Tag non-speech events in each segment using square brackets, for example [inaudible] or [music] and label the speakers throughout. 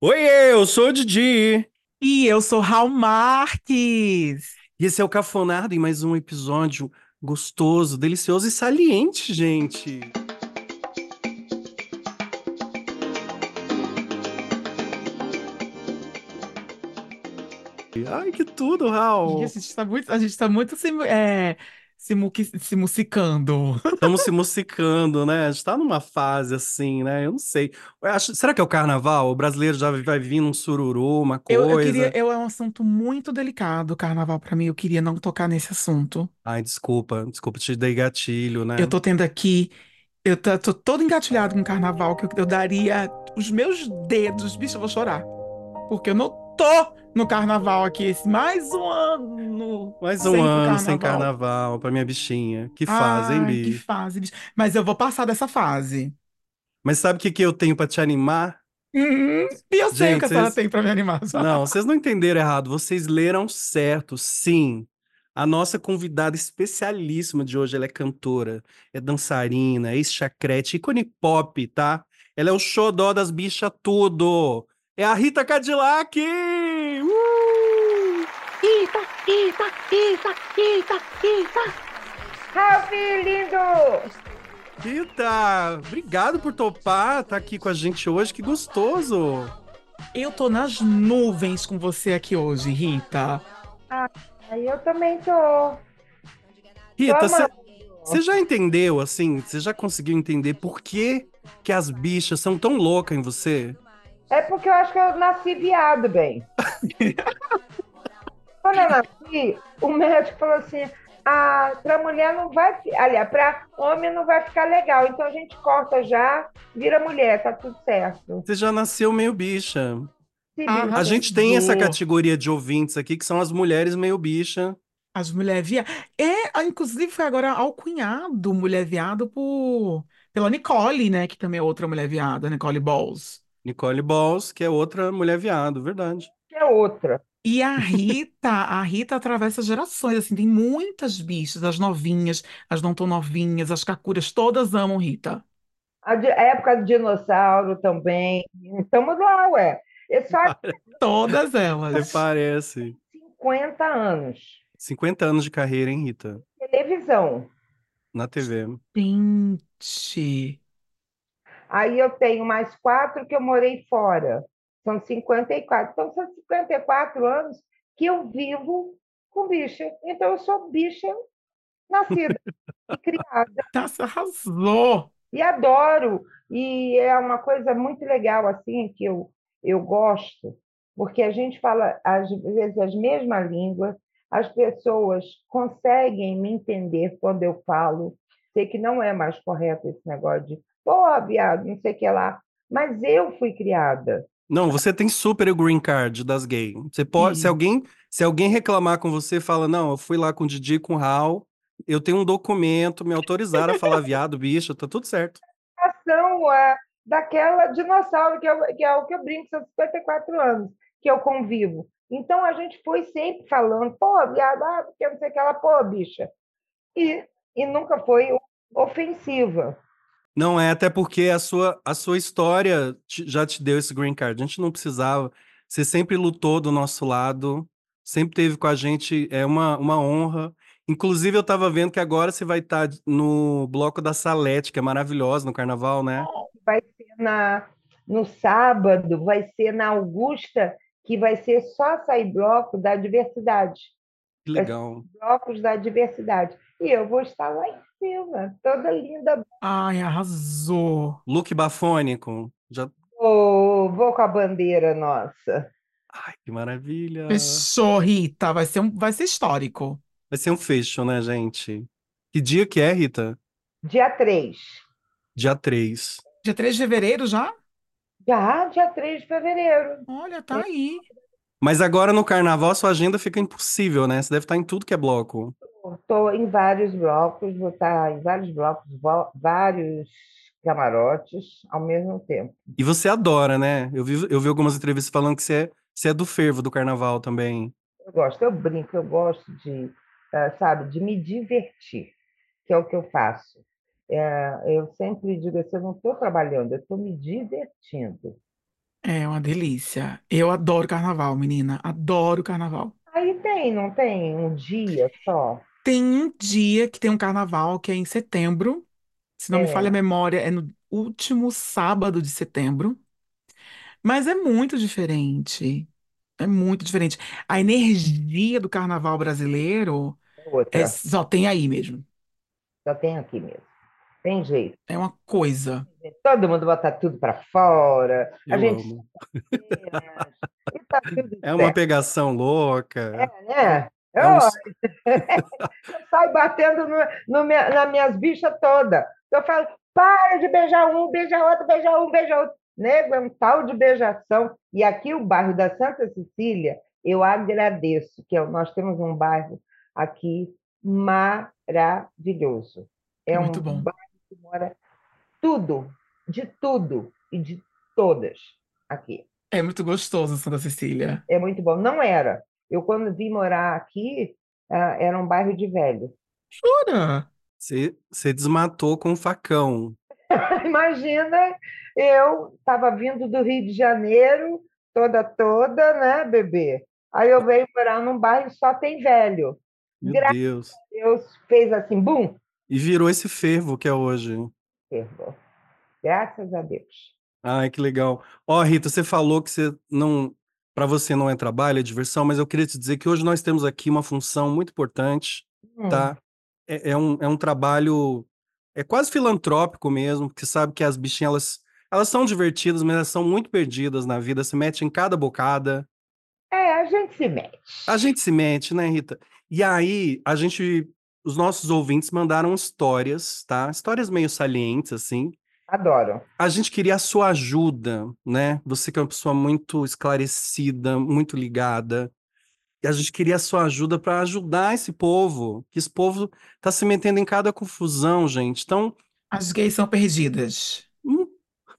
Speaker 1: Oiê, eu sou o Didi.
Speaker 2: E eu sou Raul Marques.
Speaker 1: E esse é o Cafonado em mais um episódio gostoso, delicioso e saliente, gente. Ai, que tudo,
Speaker 2: Gente,
Speaker 1: Raul.
Speaker 2: a gente tá muito, a gente tá muito se, mu- é, se, muqui- se musicando.
Speaker 1: Estamos se musicando, né? A gente tá numa fase assim, né? Eu não sei. Eu acho- Será que é o carnaval? O brasileiro já vai vir num sururu, uma
Speaker 2: Eu, eu queria,
Speaker 1: coisa.
Speaker 2: eu é um assunto muito delicado, carnaval pra mim. Eu queria não tocar nesse assunto.
Speaker 1: Ai, desculpa, desculpa, te dei gatilho,
Speaker 2: Eu
Speaker 1: né?
Speaker 2: tô tendo aqui, eu tô, tô todo engatilhado com carnaval que eu, eu daria os meus dedos, bicho, eu vou chorar, porque eu não tô no carnaval aqui esse mais um ano
Speaker 1: Mais um
Speaker 2: sem ir pro
Speaker 1: ano sem
Speaker 2: carnaval.
Speaker 1: carnaval pra minha bichinha. Que fase, hein,
Speaker 2: Ai, que
Speaker 1: Bi?
Speaker 2: fase, bicho. Mas eu vou passar dessa fase.
Speaker 1: Mas sabe o que que eu tenho pra te
Speaker 2: [laughs]
Speaker 1: animar?
Speaker 2: Uhum. E eu sei o
Speaker 1: Gente,
Speaker 2: que a senhora
Speaker 1: vocês.
Speaker 2: tem pra me animar.
Speaker 1: Não, vocês não entenderam errado. Vocês leram certo, sim. A nossa convidada especialíssima de hoje, ela é cantora, é dançarina, ex-chacrete, ícone pop, tá? Ela é o xodó das bichas tudo. É a Rita Cadillac! Uh!
Speaker 3: Rita, Rita, Rita, Rita, Rita. Salve, Ah, lindo!
Speaker 1: Rita, obrigado por topar, tá aqui com a gente hoje, que gostoso!
Speaker 2: Eu tô nas nuvens com você aqui hoje, Rita.
Speaker 3: Aí eu também tô, tô
Speaker 1: Rita, você
Speaker 3: amando.
Speaker 1: Você já entendeu, assim, você já conseguiu entender por que que as bichas são tão loucas em você?
Speaker 3: É porque eu acho que eu nasci viado, bem. Quando eu nasci, o médico falou assim: ah, pra mulher não vai. fi- Aliás, pra homem não vai ficar legal. Então a gente corta já, vira mulher, tá tudo certo.
Speaker 1: Você já nasceu meio bicha.
Speaker 3: Se liga.
Speaker 1: A gente tem essa
Speaker 2: Arrasou.
Speaker 1: categoria de ouvintes aqui, que são as mulheres meio bicha.
Speaker 2: As mulheres via... É, ah, inclusive, foi agora alcunhado mulher viado por... pela Nicole, né? Que também é outra mulher viada, Nicole Balls.
Speaker 1: Nicole Balls, que é outra mulher viado, verdade.
Speaker 3: É outra.
Speaker 2: E a Rita, a Rita atravessa gerações, assim, tem muitas bichas, as novinhas, as não tão novinhas, as cacuras, todas amam Rita.
Speaker 3: A di- a época do dinossauro também. Estamos lá, ué. É só
Speaker 2: Todas
Speaker 1: Até
Speaker 2: elas.
Speaker 1: parece.
Speaker 3: 50 anos.
Speaker 1: 50 anos de carreira, hein, Rita?
Speaker 3: Televisão.
Speaker 1: Na TV.
Speaker 2: Gente.
Speaker 3: Aí eu tenho mais quatro que eu morei fora. São 54. Então, são 54 anos que eu vivo com bicha. Então, eu sou bicha nascida e criada.
Speaker 2: Nossa, tá, arrasou!
Speaker 3: E adoro. E é uma coisa muito legal, assim, que eu, eu gosto, porque a gente fala, às vezes, as mesmas línguas, as pessoas conseguem me entender quando eu falo. Sei que não é mais correto esse negócio de, pô, viado, não sei o que lá. Mas eu fui criada.
Speaker 1: Não, você tem super o green card das gays. Você pode, se
Speaker 2: Sim.
Speaker 1: alguém, se alguém reclamar com você, fala: "Não, eu fui lá com o Didi, com o Raul, eu tenho um documento, me autorizaram a falar viado, bicho, tá tudo certo".
Speaker 3: A ação é, daquela dinossauro, que, eu, que é o que eu brinco, são 54 anos que eu convivo. Então a gente foi sempre falando, pô, viado, ah, porque não sei o que lá, pô, bicha. e, e nunca foi o- ofensiva.
Speaker 1: Não é até porque a sua a sua história te- já te deu esse green card. A gente não precisava. Você sempre lutou do nosso lado, sempre teve com a gente, é uma uma honra. Inclusive eu tava vendo que agora você vai estar no bloco da Salete, que é maravilhosa no carnaval, né?
Speaker 3: Vai ser na, no sábado, vai ser na Augusta, que vai ser só sair bloco da diversidade,
Speaker 1: Que legal.
Speaker 3: blocos da diversidade. E eu vou estar lá em cima, toda linda.
Speaker 2: Ai, arrasou!
Speaker 1: Look bafônico. Já
Speaker 3: Vou, vou com a bandeira nossa.
Speaker 1: Ai, que maravilha!
Speaker 2: Fechou, Rita. Vai ser, um, vai ser histórico.
Speaker 1: Vai ser um fecho, né, gente? Que dia que é, Rita?
Speaker 3: Dia 3.
Speaker 1: Dia 3.
Speaker 2: Dia 3 de fevereiro já?
Speaker 3: Já, dia 3 de fevereiro.
Speaker 2: Olha, tá aí.
Speaker 1: Mas agora no carnaval sua agenda fica impossível, né? Você deve estar em tudo que é bloco.
Speaker 3: Estou em vários blocos, vou estar em vários blocos, vo- vários camarotes ao mesmo tempo.
Speaker 1: E você adora, né? Eu vi, eu vi algumas entrevistas falando que você é, você é do fervo do carnaval também.
Speaker 3: Eu gosto, eu brinco, eu gosto de, eh, sabe, de me divertir, que é o que eu faço. É, Eh, eu sempre digo assim, eu não estou trabalhando, eu estou me divertindo.
Speaker 2: É uma delícia. Eu adoro carnaval, menina. Adoro carnaval.
Speaker 3: Aí tem, não tem um dia só.
Speaker 2: Tem um dia que tem um carnaval que é em setembro. Se não me
Speaker 3: É.
Speaker 2: falha a memória, é no último sábado de setembro. Mas é muito diferente. É muito diferente. A energia do carnaval brasileiro é
Speaker 3: Outra,
Speaker 2: só tem aí mesmo.
Speaker 3: só tem aqui mesmo. Tem jeito.
Speaker 2: É uma coisa.
Speaker 3: Todo mundo bota tudo para fora. A
Speaker 1: Eu
Speaker 3: gente
Speaker 1: amo.
Speaker 3: [laughs] e tá tudo
Speaker 1: É uma
Speaker 3: certo,
Speaker 1: pegação louca.
Speaker 3: né?
Speaker 1: É, um-
Speaker 3: Eu, eu saio batendo no, no minha- nas minhas bichas todas. Eu falo, para de beijar um, beija outro, beija um, beija outro. Nego, é um tal de beijação. E aqui o bairro da Santa Cecília, eu agradeço, que é o- nós temos um bairro aqui maravilhoso. É
Speaker 2: Muito
Speaker 3: um
Speaker 2: bom.
Speaker 3: bairro que mora tudo, de tudo e de todas aqui.
Speaker 2: É muito gostoso, Santa Cecília.
Speaker 3: É muito bom. Não era. Eu, quando vim morar aqui, ah, era um bairro de velho.
Speaker 2: Jura?
Speaker 1: Você você desmatou com um facão.
Speaker 3: [laughs] Imagina, eu estava vindo do Rio de Janeiro, toda, toda, né, bebê? Aí eu venho morar num bairro que só tem velho.
Speaker 1: Meu
Speaker 3: Gra-
Speaker 1: Deus.
Speaker 3: Deus fez assim, bum,
Speaker 1: E virou esse fervo que é hoje.
Speaker 3: fervou. Graças a Deus.
Speaker 1: Ai, que legal. Ó, Rita, você falou que você não, para você não é trabalho, é diversão, mas eu queria te dizer que hoje nós temos aqui uma função muito importante,
Speaker 3: Hum,
Speaker 1: tá? É, é um, é um trabalho, é quase filantrópico mesmo, porque sabe que as bichinhas, elas, elas são divertidas, mas elas são muito perdidas na vida, se mete em cada bocada.
Speaker 3: É, a gente se mete.
Speaker 1: A gente se mete, né, Rita? E aí, a gente, os nossos ouvintes mandaram histórias, tá? Histórias meio salientes, assim,
Speaker 3: Adoro.
Speaker 1: a gente queria a sua ajuda, né? Você que é uma pessoa muito esclarecida, muito ligada. E a gente queria a sua ajuda para ajudar esse povo, que esse povo está se metendo em cada confusão, gente. Estão
Speaker 2: As gays são perdidas.
Speaker 1: mu-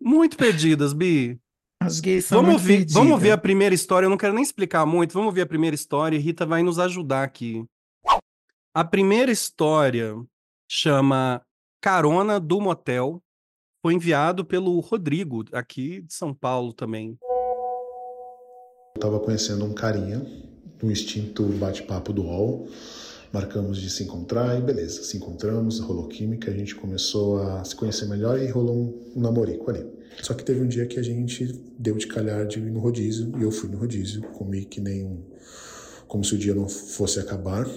Speaker 1: muito perdidas, Bi.
Speaker 2: As gays são
Speaker 1: Vamos
Speaker 2: muito
Speaker 1: ouvir, vamos ouvir a
Speaker 2: perdidas.
Speaker 1: primeira história. Eu não quero nem explicar muito. Vamos ouvir a primeira história e Rita vai nos ajudar aqui. A primeira história chama Carona do Motel. Foi enviado pelo Rodrigo, aqui de São Paulo também.
Speaker 4: Eu tava conhecendo um carinha no extinto bate-papo do UOL. Marcamos de se encontrar e beleza, se encontramos, rolou química, a gente começou a se conhecer melhor e rolou um, um namorico ali. Só que teve um dia que a gente deu de calhar de ir no rodízio e eu fui no rodízio, comi que nem um. como se o dia não fosse acabar.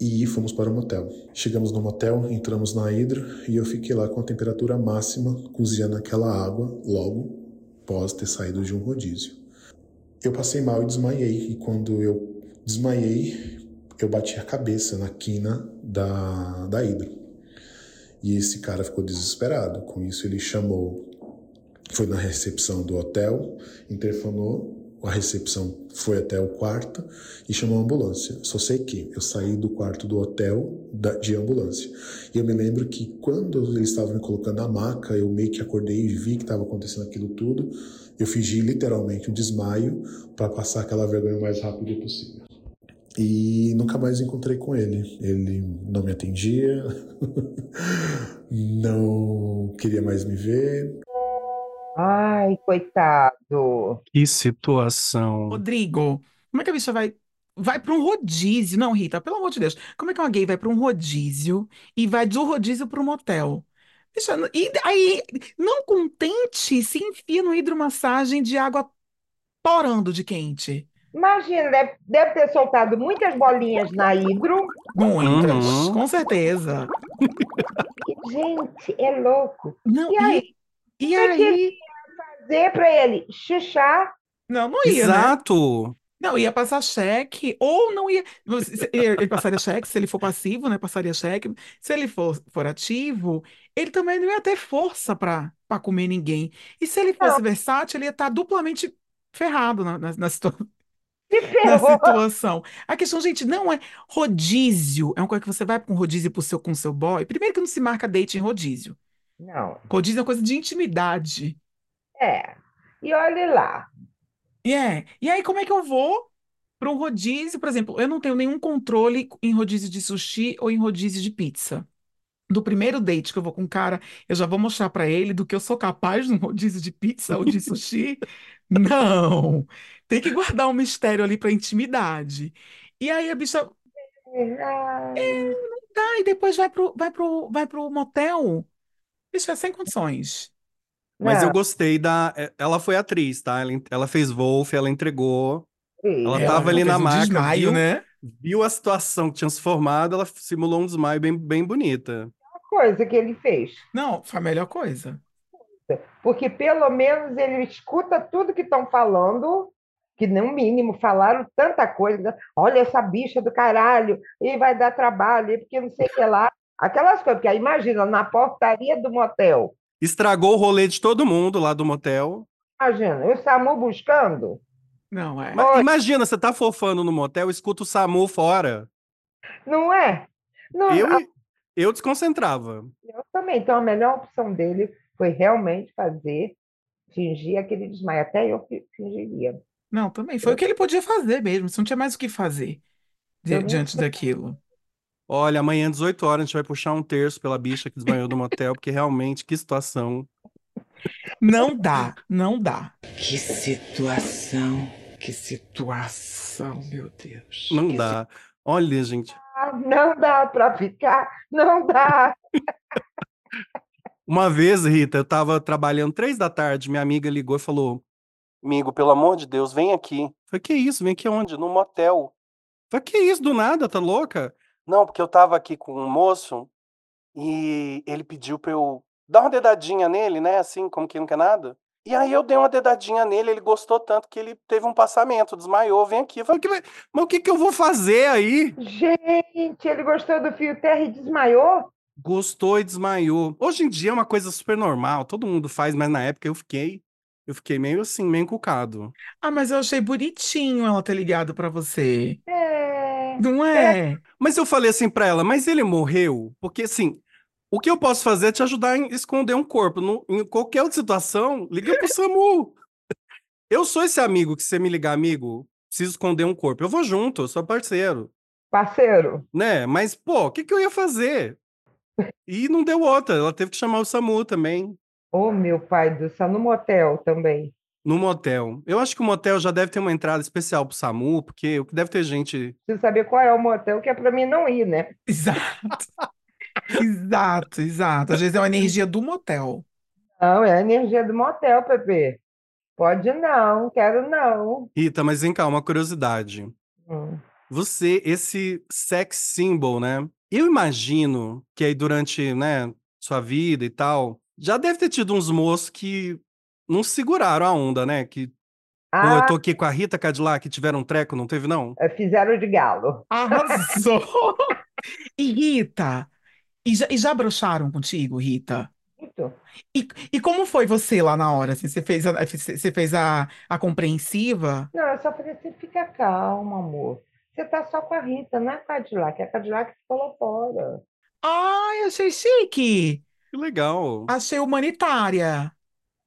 Speaker 4: E fomos para o motel. Chegamos no motel, entramos na hidro e eu fiquei lá com a temperatura máxima, cozinhando aquela água logo após ter saído de um rodízio. Eu passei mal e desmaiei. E quando eu desmaiei, eu bati a cabeça na quina da, da hidro. E esse cara ficou desesperado. Com isso, ele chamou. Foi na recepção do hotel, interfonou. A recepção foi até o quarto e chamou a ambulância. Só sei que eu saí do quarto do hotel da- de ambulância. E eu me lembro que quando eles estavam me colocando na maca, eu meio que acordei e vi que estava acontecendo aquilo tudo. Eu fingi literalmente um desmaio para passar aquela vergonha o mais rápido possível. E nunca mais encontrei com ele. Ele não me atendia, [laughs] não queria mais me ver.
Speaker 3: Ai, coitado.
Speaker 1: Que situação.
Speaker 2: Rodrigo, como é que a bicha vai. Vai para um rodízio. Não, Rita, pelo amor de Deus. Como é que uma gay vai para um rodízio e vai do rodízio para um motel? Bicha, não- e aí, não contente, se enfia no hidromassagem de água torando de quente.
Speaker 3: Imagina, deve, deve ter soltado muitas bolinhas na hidro.
Speaker 2: Muitas,
Speaker 1: Uhum.
Speaker 2: com certeza.
Speaker 3: E, Gente, é louco.
Speaker 2: Não,
Speaker 3: E aí?
Speaker 2: e
Speaker 3: O que que
Speaker 2: aí?
Speaker 3: Dizer para ele, chuchar,
Speaker 2: Não, não ia, né?
Speaker 1: Exato.
Speaker 2: Não, ia passar cheque, ou não ia. se- se- Ele passaria cheque, se ele for passivo, né? Passaria cheque. Se ele for, for ativo, ele também não ia ter força para para comer ninguém. E se ele fosse versátil, ele ia estar duplamente ferrado na, na, na situa-
Speaker 3: se
Speaker 2: na
Speaker 3: ferrou.
Speaker 2: situação. A questão, gente, não é rodízio. É uma coisa que você vai com rodízio pro seu, com seu boy. Primeiro que não se marca date em rodízio.
Speaker 3: Não,
Speaker 2: Rodízio é uma coisa de intimidade.
Speaker 3: é. E olhe lá.
Speaker 2: E É. E aí, como é que eu vou para um rodízio? Por exemplo, eu não tenho nenhum controle em rodízio de sushi ou em rodízio de pizza. do primeiro date que eu vou com um cara, eu já vou mostrar pra ele do que eu sou capaz num rodízio de pizza ou de sushi. Não! Tem que guardar um mistério ali pra intimidade. E aí a bicha, tá, e depois vai pro, vai pro, vai pro motel. Bicho, é sem condições.
Speaker 1: Mas eu gostei da. é, Ela foi atriz, tá? Ela, en- ela fez Wolf, ela entregou,
Speaker 3: é
Speaker 1: ela tá
Speaker 2: Ela
Speaker 1: tava ali
Speaker 2: fez
Speaker 1: na
Speaker 2: um
Speaker 1: maca,
Speaker 2: desmaio,
Speaker 1: viu?
Speaker 2: né?
Speaker 1: viu a situação que tinha se formado, ela simulou um desmaio bem, bem bonita.
Speaker 3: coisa que ele fez.
Speaker 2: Não, foi a melhor coisa.
Speaker 3: Porque pelo menos ele escuta tudo que estão falando, que no mínimo falaram tanta coisa. Olha essa bicha do caralho, e vai dar trabalho, e porque não sei o que lá. Aquelas coisas, porque aí imagina, na portaria do motel,
Speaker 1: Estragou o rolê de todo mundo lá do motel.
Speaker 3: imagina, o SAMU buscando.
Speaker 2: Não, é.
Speaker 1: Mas
Speaker 3: Oi.
Speaker 1: imagina, você tá fofando no motel, escuta o SAMU fora.
Speaker 3: Não é? Não,
Speaker 1: Eu, eu desconcentrava.
Speaker 3: eu também. Então, a melhor opção dele foi realmente fazer, fingir aquele desmaio. Até eu fi- fingiria.
Speaker 2: Não, também. Foi o que ele podia fazer mesmo. Você não tinha mais o que fazer di-
Speaker 3: Eu não-
Speaker 2: diante daquilo.
Speaker 1: Olha, amanhã, 18 horas, a gente vai puxar um terço pela bicha que desmaiou do motel, porque realmente, que situação.
Speaker 2: Não dá, não dá.
Speaker 5: Que situação, que situação, meu Deus.
Speaker 1: Não
Speaker 5: Que
Speaker 1: dá. Olha, gente.
Speaker 3: Ah, não dá para ficar, não dá.
Speaker 1: Uma vez, Rita, eu tava trabalhando três da tarde, minha amiga ligou e falou: Amigo, pelo amor de Deus, vem aqui. Eu Falei, que isso? Vem aqui onde? No motel. Eu Falei, que isso? Do nada, tá louca? Não, porque eu tava aqui com um moço e ele pediu pra eu dar uma dedadinha nele, né? Assim, como que não quer nada. E aí eu dei uma dedadinha nele, ele gostou tanto que ele teve um passamento, desmaiou, vem aqui. Eu Falei, "Que vai- mas o que que eu vou fazer aí?
Speaker 3: Gente, ele gostou do fio terra e desmaiou?
Speaker 1: gostou e desmaiou. Hoje em dia é uma coisa super normal, todo mundo faz, mas na época eu fiquei, eu fiquei meio assim, meio encucado.
Speaker 2: Ah, mas eu achei bonitinho ela ter ligado pra você.
Speaker 3: É.
Speaker 2: Não é?
Speaker 1: Mas eu falei assim pra ela, mas ele morreu? Porque assim, o que eu posso fazer é te ajudar a esconder um corpo. No- em qualquer outra situação, liga pro SAMU. Eu sou esse amigo que se você me ligar, amigo, preciso esconder um corpo. Eu vou junto, eu sou parceiro,
Speaker 3: Parceiro,
Speaker 1: né? Mas, pô, o que, que eu ia fazer? E não deu outra, ela teve que chamar o SAMU também.
Speaker 3: ô meu pai do céu, no motel também.
Speaker 1: No motel. Eu acho que o motel já deve ter uma entrada especial pro SAMU, porque deve ter gente.
Speaker 3: Preciso saber qual é o motel, que é para mim não ir, né?
Speaker 2: Exato. Exato, exato. Às vezes é uma energia do motel.
Speaker 3: Não, é a energia do motel, Pepe. Pode não, quero não.
Speaker 1: Rita, mas vem cá, uma curiosidade.
Speaker 3: Hum.
Speaker 1: Você, esse sex symbol, né? Eu imagino que aí durante, né, sua vida e tal, já deve ter tido uns moços que não seguraram a onda, né? Que, pô,
Speaker 3: Ah,
Speaker 1: eu tô aqui com a Rita Cadillac, tiveram um treco, não teve, não?
Speaker 3: é, fizeram de galo.
Speaker 2: Arrasou! E Rita, e já, e já broxaram contigo, Rita?
Speaker 3: Muito.
Speaker 2: E, e como foi você lá na hora? assim? você fez a, você fez a, a compreensiva?
Speaker 3: Não, eu só falei assim, fica calma, amor. Você tá só com a Rita, não é a Cadillac, é a Cadillac que falou fora.
Speaker 2: Ai, achei chique!
Speaker 1: Que legal.
Speaker 2: Achei humanitária.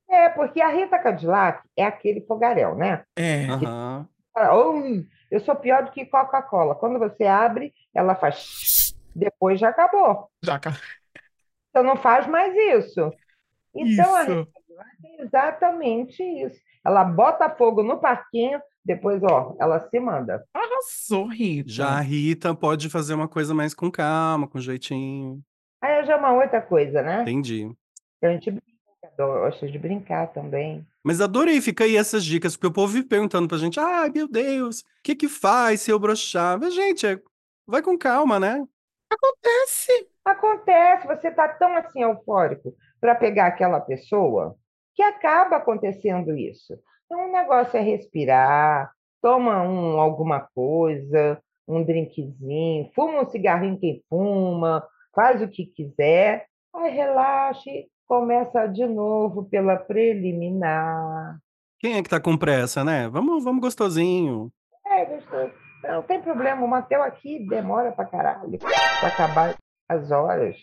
Speaker 3: É, porque a Rita Cadillac é aquele fogaréu, né?
Speaker 2: É.
Speaker 1: Aham.
Speaker 3: Ah, ui, eu sou pior do que Coca-Cola. Quando você abre, ela faz. Depois já acabou.
Speaker 2: Já ca-
Speaker 3: Então não faz mais isso. Então, a
Speaker 2: Isso.
Speaker 3: gente é exatamente isso. Ela bota fogo no parquinho, depois, ó, ela se manda.
Speaker 2: Arrasou, Rita.
Speaker 1: Já a Rita pode fazer uma coisa mais com calma, com jeitinho.
Speaker 3: Aí já é uma outra coisa, né?
Speaker 1: Entendi.
Speaker 3: A gente brinca, gosta de brincar também.
Speaker 1: Mas adorei, fica aí essas dicas, porque o povo vive perguntando pra gente: ai meu Deus, o que que faz se eu broxar? Mas, gente, é- vai com calma, né?
Speaker 2: É Acontece.
Speaker 3: Acontece, você tá tão assim eufórico para pegar aquela pessoa que acaba acontecendo isso. Então, o negócio é respirar, toma um alguma coisa, um drinkzinho, fuma um cigarrinho quem fuma, faz o que quiser, aí relaxa e começa de novo pela preliminar.
Speaker 1: Quem é que tá com pressa, né? Vamos, vamos gostosinho.
Speaker 3: É, gostoso. Não tem problema, o Mateu aqui demora pra caralho para acabar as horas.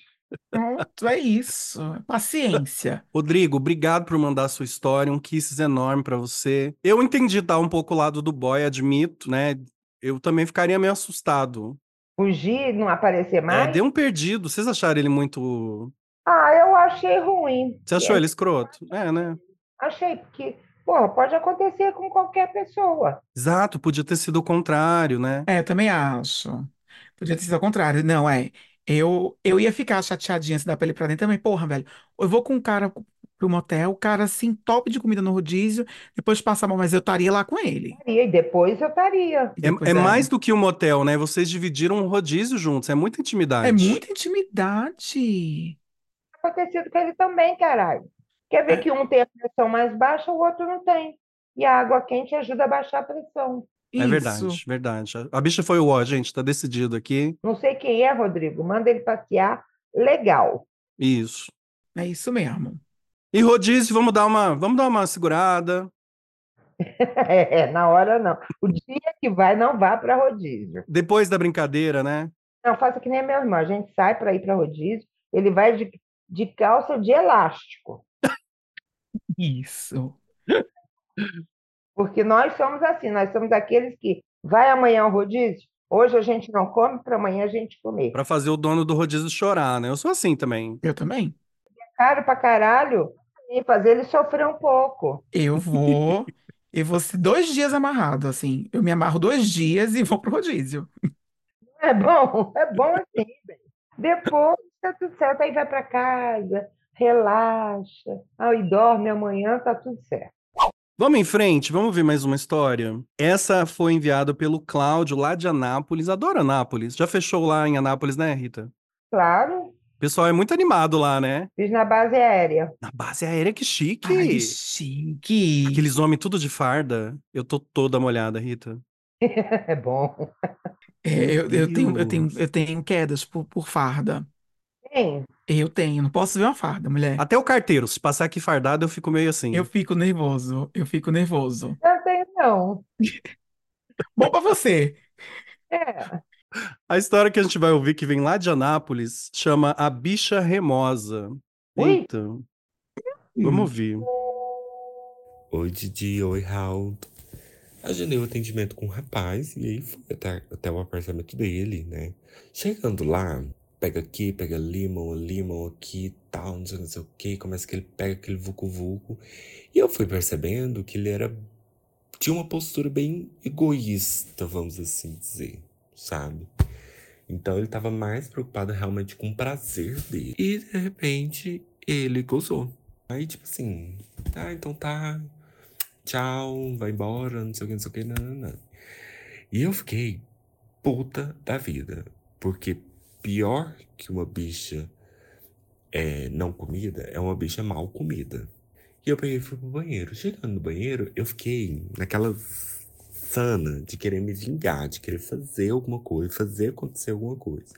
Speaker 2: Pronto, é isso. Paciência.
Speaker 1: Rodrigo, obrigado por mandar sua história, um kisses enorme pra você. Eu entendi, tá, um pouco o lado do boy, admito, né? Eu também ficaria meio assustado
Speaker 3: Fugir, não aparecer mais?
Speaker 1: É, deu um perdido. Vocês acharam ele muito.
Speaker 3: Ah, eu achei ruim.
Speaker 1: Você achou
Speaker 3: É,
Speaker 1: ele escroto? É, né?
Speaker 3: Achei que, porra, pode acontecer com qualquer pessoa.
Speaker 1: Exato, podia ter sido o contrário, né?
Speaker 2: É, eu também acho. Podia ter sido ao contrário. Não, é. Eu, eu ia ficar chateadinha se dar pra ele pra dentro também. Porra, velho. Eu vou com um cara pro motel, o cara se entope de comida no rodízio, depois passa mal, mas eu estaria lá com ele.
Speaker 3: E depois eu estaria.
Speaker 2: E
Speaker 1: É,
Speaker 2: depois
Speaker 1: é
Speaker 2: era.
Speaker 1: mais do que um motel, né? Vocês dividiram um rodízio juntos, é muita intimidade.
Speaker 2: É muita intimidade.
Speaker 3: Acontecido com ele também, caralho. Quer ver que um tem a pressão mais baixa, o outro não tem. E a água quente ajuda a baixar a pressão.
Speaker 1: É verdade,
Speaker 2: Isso.
Speaker 1: verdade. A- A bicha foi o ó, gente, tá decidido aqui.
Speaker 3: Não sei quem é, Rodrigo. Manda ele passear. Legal. [laughs]
Speaker 1: Isso.
Speaker 2: É isso mesmo.
Speaker 1: E rodízio, vamos dar uma, vamos dar uma segurada.
Speaker 3: É, na hora não. O dia que vai, não vá para rodízio.
Speaker 1: Depois da brincadeira, né?
Speaker 3: Não, faça que nem meu irmão. A gente sai para ir para rodízio, ele vai de, de calça de elástico.
Speaker 2: Isso.
Speaker 3: Porque nós somos assim, nós somos aqueles que vai amanhã ao rodízio, hoje a gente não come, para amanhã a gente comer.
Speaker 1: Pra fazer o dono do rodízio chorar, né? Eu sou assim também.
Speaker 2: Eu também.
Speaker 3: Caro pra caralho, e fazer ele sofrer um pouco.
Speaker 2: Eu vou. Eu vou ser dois dias amarrado, assim. Eu me amarro dois dias e vou pro rodízio.
Speaker 3: É bom, [laughs] é bom assim, bem. Depois tá tudo certo, aí vai para casa, relaxa, aí dorme amanhã, tá tudo certo.
Speaker 1: Vamos em frente, vamos ver mais uma história. Essa foi enviada pelo Cláudio, lá de Anápolis. Adoro Anápolis. Já fechou lá em Anápolis, né, Rita?
Speaker 3: Claro,
Speaker 1: O pessoal é muito animado lá, né?
Speaker 3: fiz na base aérea. [laughs]
Speaker 1: Na base aérea, que chique!
Speaker 2: Ai, que chique.
Speaker 1: Aqueles homens tudo de farda. Eu tô toda molhada, Rita.
Speaker 3: É bom.
Speaker 2: É, eu, eu tenho, eu tenho,
Speaker 1: Deus.
Speaker 2: eu tenho quedas por, por farda.
Speaker 3: Sim,
Speaker 2: Eu tenho, não posso ver uma farda, mulher.
Speaker 1: Até o carteiro, se passar aqui fardado, eu fico meio assim.
Speaker 2: Eu fico nervoso, eu fico nervoso.
Speaker 3: não tem não.
Speaker 2: Bom pra você.
Speaker 3: É,
Speaker 1: A história que a gente vai ouvir, que vem lá de Anápolis, chama A Bicha Remosa.
Speaker 3: Ui.
Speaker 1: Eita, vamos ouvir.
Speaker 6: Oi, Didi. Oi, Raul. Agendei o atendimento com o rapaz e aí fui até, até o apartamento dele, né? Chegando lá, pega aqui, pega limão, limão aqui, tal, não sei, não sei o que. Começa que ele pega aquele vucu-vucu. E eu fui percebendo que ele era... Tinha uma postura bem egoísta, vamos assim dizer, sabe? Então ele tava mais preocupado realmente com o prazer dele. E de repente ele gozou. Aí, tipo assim, ah, então tá. Tchau, vai embora, não sei o que, não sei o que, não, não, não. E eu fiquei puta da vida. Porque pior que uma bicha é, não comida é uma bicha mal comida. E eu peguei e fui pro banheiro. Chegando no banheiro, eu fiquei naquela sana de querer me vingar, de querer fazer alguma coisa, fazer acontecer alguma coisa.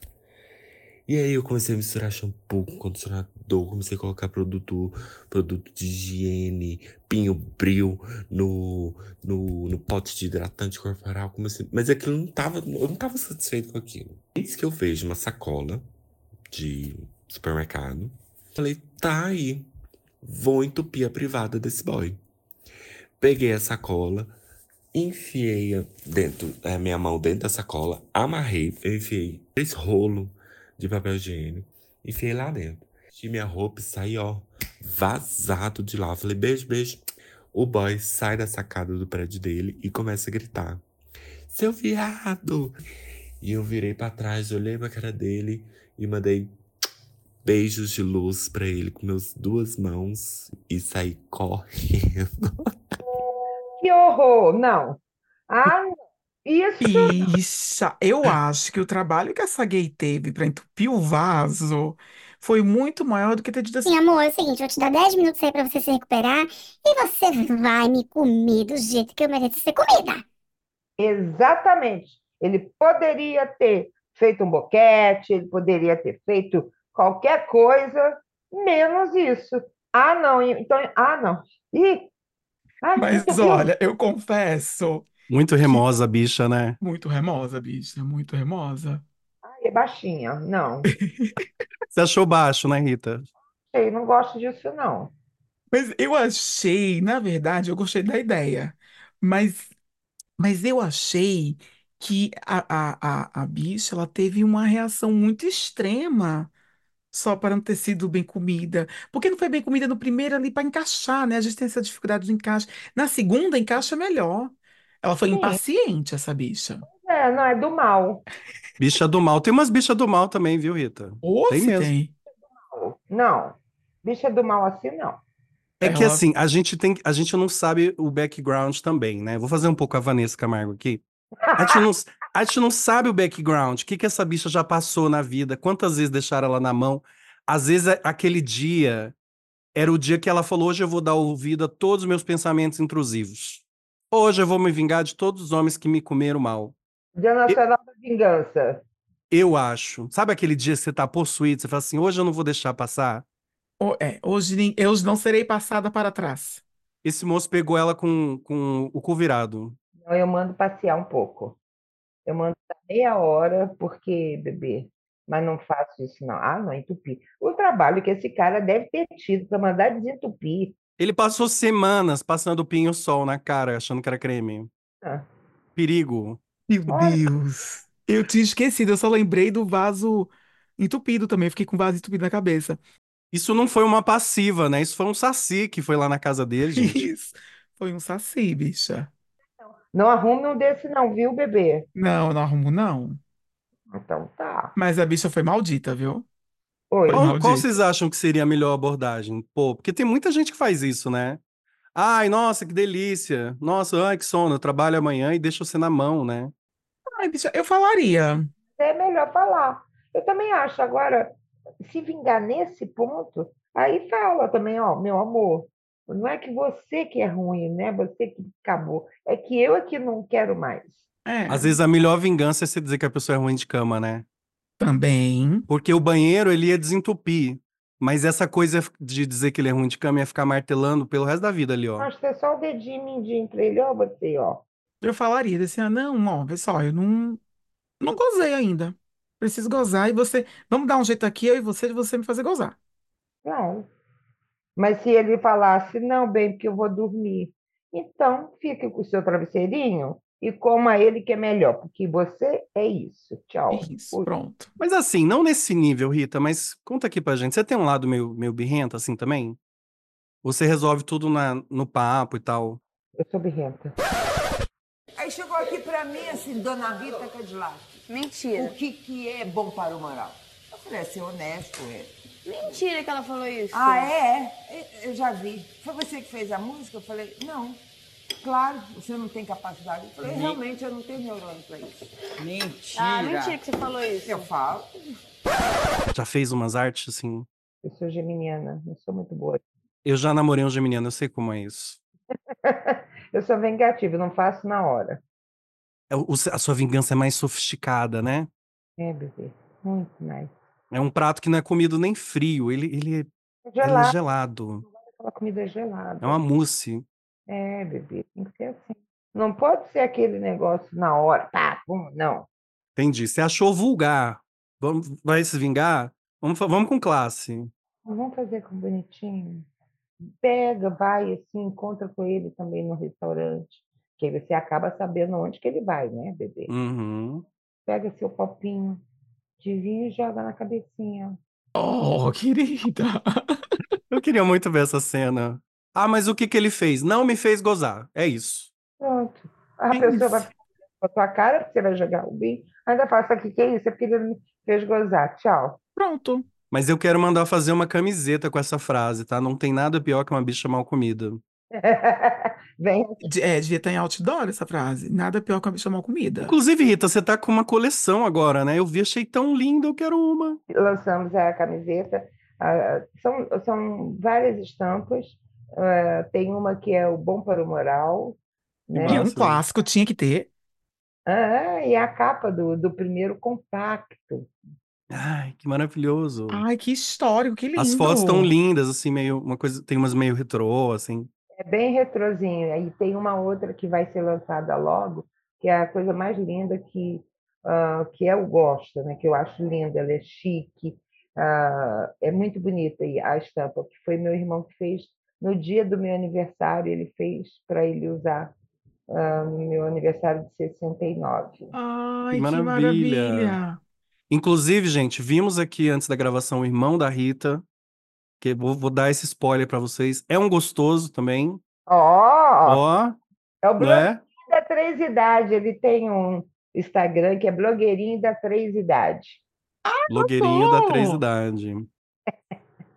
Speaker 6: E aí eu comecei a misturar shampoo com condicionador, comecei a colocar produto, produto de higiene, pinho bril no, no, no pote de hidratante corporal. Comecei... Mas aquilo não tava. Eu não tava satisfeito com aquilo. Eis que eu vejo uma sacola de supermercado. Falei, tá aí. Vou entupir a privada desse boy. Peguei a sacola, enfiei a- dentro, a minha mão dentro da sacola, amarrei, enfiei três rolos de papel higiênico, enfiei lá dentro. Vesti minha roupa e saí, ó, vazado de lá. Falei, beijo, beijo. O boy sai da sacada do prédio dele e começa a gritar: Seu viado! E eu virei pra trás, olhei pra cara dele e mandei beijos de luz pra ele com meus duas mãos e saí correndo.
Speaker 3: que horror, não. Ah, não. isso
Speaker 2: Ixa, eu acho que o trabalho que essa gay teve pra entupir o vaso foi muito maior do que ter dito assim.
Speaker 7: Sim, amor, é o seguinte, vou te dar 10 minutos aí pra você se recuperar e você vai me comer do jeito que eu mereço ser comida.
Speaker 3: Exatamente. Ele poderia ter feito um boquete, ele poderia ter feito qualquer coisa, menos isso. Ah, não. e- Então, ah, não. Ih, ai,
Speaker 2: Mas
Speaker 3: que horror.
Speaker 2: olha, eu confesso,
Speaker 1: Muito remosa a bicha, né?
Speaker 2: muito remosa, bicha, muito remosa.
Speaker 3: Ai, é baixinha. Não,
Speaker 1: Você achou baixo, né, Rita?
Speaker 3: sei, não gosto disso, não.
Speaker 2: Mas eu achei, na verdade, eu gostei da ideia. Mas, mas eu achei que a, a, a, a bicha ela teve uma reação muito extrema só para não ter sido bem comida. Porque não foi bem comida no primeiro ali para encaixar, né? A gente tem essa dificuldade do encaixe. Na segunda, encaixa melhor. Ela foi
Speaker 3: Sim.
Speaker 2: impaciente, essa bicha.
Speaker 3: É, não, é do mal.
Speaker 1: Bicha do mal. Tem umas bichas do mal também, viu, Rita?
Speaker 2: Ou
Speaker 1: Tem
Speaker 2: se
Speaker 1: mesmo.
Speaker 2: tem.
Speaker 3: Não. Bicha do mal assim, não.
Speaker 1: É que
Speaker 2: Ela-
Speaker 1: assim, a gente tem, a gente não sabe o background também, né? Vou fazer um pouco a Vanessa Camargo aqui. A gente não, a gente não sabe o background, o que que essa bicha já passou na vida, quantas vezes deixaram ela na mão. Às vezes a- aquele dia era o dia que ela falou: hoje eu vou dar ouvido a todos os meus pensamentos intrusivos. Hoje eu vou me vingar de todos os homens que me comeram mal.
Speaker 3: Dia Nacional da Vingança.
Speaker 1: Eu acho. Sabe aquele dia que você tá possuído, você fala assim: hoje eu não vou deixar passar?
Speaker 2: Ou- é, hoje nem- eu não serei passada para trás.
Speaker 1: Esse moço pegou ela com, com o cu virado.
Speaker 3: Não, eu mando passear um pouco. Eu mando dar meia hora, porque, bebê, mas não faço isso, não. Ah, não, entupir. O trabalho que esse cara deve ter tido para mandar desentupir.
Speaker 1: Ele passou semanas passando pinho sol na cara, achando que era creme.
Speaker 2: É.
Speaker 3: Ah.
Speaker 1: Perigo.
Speaker 2: Meu
Speaker 3: Olha.
Speaker 2: Deus. Eu tinha esquecido, eu só lembrei do vaso entupido também. Eu Fiquei com o vaso entupido na cabeça.
Speaker 1: Isso não foi uma passiva, né? Isso foi um saci que foi lá na casa dele, gente.
Speaker 2: Isso. [laughs] Foi um saci, bicha.
Speaker 3: Não arrume um desse, não, viu, bebê?
Speaker 2: Não, não arrumo, não.
Speaker 3: Então tá.
Speaker 2: Mas a bicha foi maldita, viu?
Speaker 3: Oi.
Speaker 2: Foi.
Speaker 1: Qual,
Speaker 2: maldito.
Speaker 1: qual vocês acham que seria a melhor abordagem? Pô, porque tem muita gente que faz isso, né? Ai, nossa, que delícia. Nossa, ai, que sono. Eu trabalho amanhã e deixo você na mão, né?
Speaker 2: Ai, bicha, eu falaria.
Speaker 3: é melhor falar. Eu também acho. Agora, se vingar nesse ponto, aí fala também, ó, meu amor, não é que você que é ruim, né? Você que acabou. É que eu é que não quero mais.
Speaker 2: É,
Speaker 1: Às vezes a melhor vingança é você dizer que a pessoa é ruim de cama, né?
Speaker 2: também.
Speaker 1: Porque o banheiro ele ia desentupir. Mas essa coisa de dizer que ele é ruim de cama ia ficar martelando pelo resto da vida ali, ó.
Speaker 3: Acho que é só o dedinho mindinho pra ele, ó, você, ó.
Speaker 2: Eu falaria assim, ah, não, ó, vê só, eu não, não gozei ainda. Preciso gozar e você. Vamos dar um jeito aqui, eu e você, de você me fazer gozar.
Speaker 3: Não. É. Mas se ele falasse, não, bem, porque eu vou dormir. Então, fique com o seu travesseirinho e coma ele que é melhor, porque você é isso. Tchau.
Speaker 2: É Isso,
Speaker 3: Ui.
Speaker 2: pronto.
Speaker 1: Mas assim, não nesse nível, Rita, mas conta aqui pra gente. Você tem um lado meio, meio birrento, assim, também? Você resolve tudo na, no papo e tal.
Speaker 3: Eu sou birrenta.
Speaker 8: Aí chegou aqui pra mim assim, dona Rita Cadillac, o
Speaker 9: Mentira.
Speaker 8: que que é bom para o moral? Eu falei, é ser honesto, é.
Speaker 9: Mentira que ela falou isso.
Speaker 8: Ah, é, é? Eu- Eu já vi. Foi você que fez a música? Eu falei, não. Claro, você não tem capacidade. Eu falei, realmente, eu não tenho neurônio pra isso. Mentira.
Speaker 9: Ah, mentira que você falou isso.
Speaker 8: Eu falo.
Speaker 1: Já fez umas artes, assim.
Speaker 3: Eu sou geminiana, não sou muito boa.
Speaker 1: Eu já namorei um geminiano, eu sei como é isso.
Speaker 3: Eu sou vingativa, eu não faço na hora.
Speaker 1: É o- o se- a sua vingança é mais sofisticada, né?
Speaker 3: É, bebê, muito mais.
Speaker 1: É um prato que não é comido nem frio, ele, ele, é-
Speaker 3: É
Speaker 1: ele
Speaker 3: Gelado,
Speaker 1: é gelado.
Speaker 3: aquela comida gelada.
Speaker 1: É uma mousse.
Speaker 3: É, bebê, tem que ser assim. Não pode ser aquele negócio na hora, pá, pum, não.
Speaker 1: Entendi. Você achou vulgar. Vamos, vai se vingar? Vamos, fa- vamos com classe.
Speaker 3: Vamos fazer com bonitinho. Pega, vai assim, encontra com ele também no restaurante. Que aí você acaba sabendo onde que ele vai, né, bebê?
Speaker 1: Uhum.
Speaker 3: Pega seu copinho de vinho e joga na cabecinha.
Speaker 2: Oh, [laughs] querida.
Speaker 1: Eu queria muito ver essa cena. Ah, mas o que que ele fez? Não me fez gozar. É isso.
Speaker 3: Pronto. A
Speaker 2: É
Speaker 3: pessoa vai
Speaker 2: isso.
Speaker 3: ficar com a tua cara, porque você vai jogar o bem. Ainda faça aqui, que é isso? É porque ele me fez gozar. Tchau. [laughs]
Speaker 2: Pronto.
Speaker 1: Mas eu quero mandar fazer uma camiseta com essa frase, tá? Não tem nada pior que uma bicha mal comida.
Speaker 3: Vem.
Speaker 2: De- É, devia estar em outdoor essa frase. Nada pior que uma bicha mal comida.
Speaker 1: Inclusive, Rita, você tá com uma coleção agora, né? Eu vi, achei tão linda, eu quero uma.
Speaker 3: Lançamos a camiseta. ah, são, são várias estampas. ah, tem uma que é o Bom para o Moral, né?
Speaker 2: E um
Speaker 1: Nossa.
Speaker 2: clássico tinha que ter.
Speaker 3: Ah, e a capa do, do primeiro compacto.
Speaker 1: Ai, que maravilhoso.
Speaker 2: Ai, que histórico, que
Speaker 1: As fotos
Speaker 2: lindo.
Speaker 1: tão lindas, assim, meio uma coisa, tem umas meio retrô, assim.
Speaker 3: É bem retrozinho. E tem uma outra que vai ser lançada logo, que é a coisa mais linda que, ah, que eu gosto, né? que eu acho linda, ela é chique, ah, é muito bonita e a estampa, que foi meu irmão que fez no dia do meu aniversário, ele fez para ele usar ah, no meu aniversário de 69.
Speaker 2: Ai, que
Speaker 1: Maravilha.
Speaker 2: maravilha.
Speaker 1: Inclusive, gente, vimos aqui antes da gravação o irmão da Rita, que vou, vou dar esse spoiler pra vocês. É um gostoso também.
Speaker 3: Ó,
Speaker 1: Ó,
Speaker 3: é o
Speaker 1: não
Speaker 3: blogueirinho
Speaker 1: é?
Speaker 3: da Três Idade. Ele tem um Instagram que é blogueirinho da Três Idade.
Speaker 1: Blogueirinho da
Speaker 2: bom.
Speaker 1: Três Idade.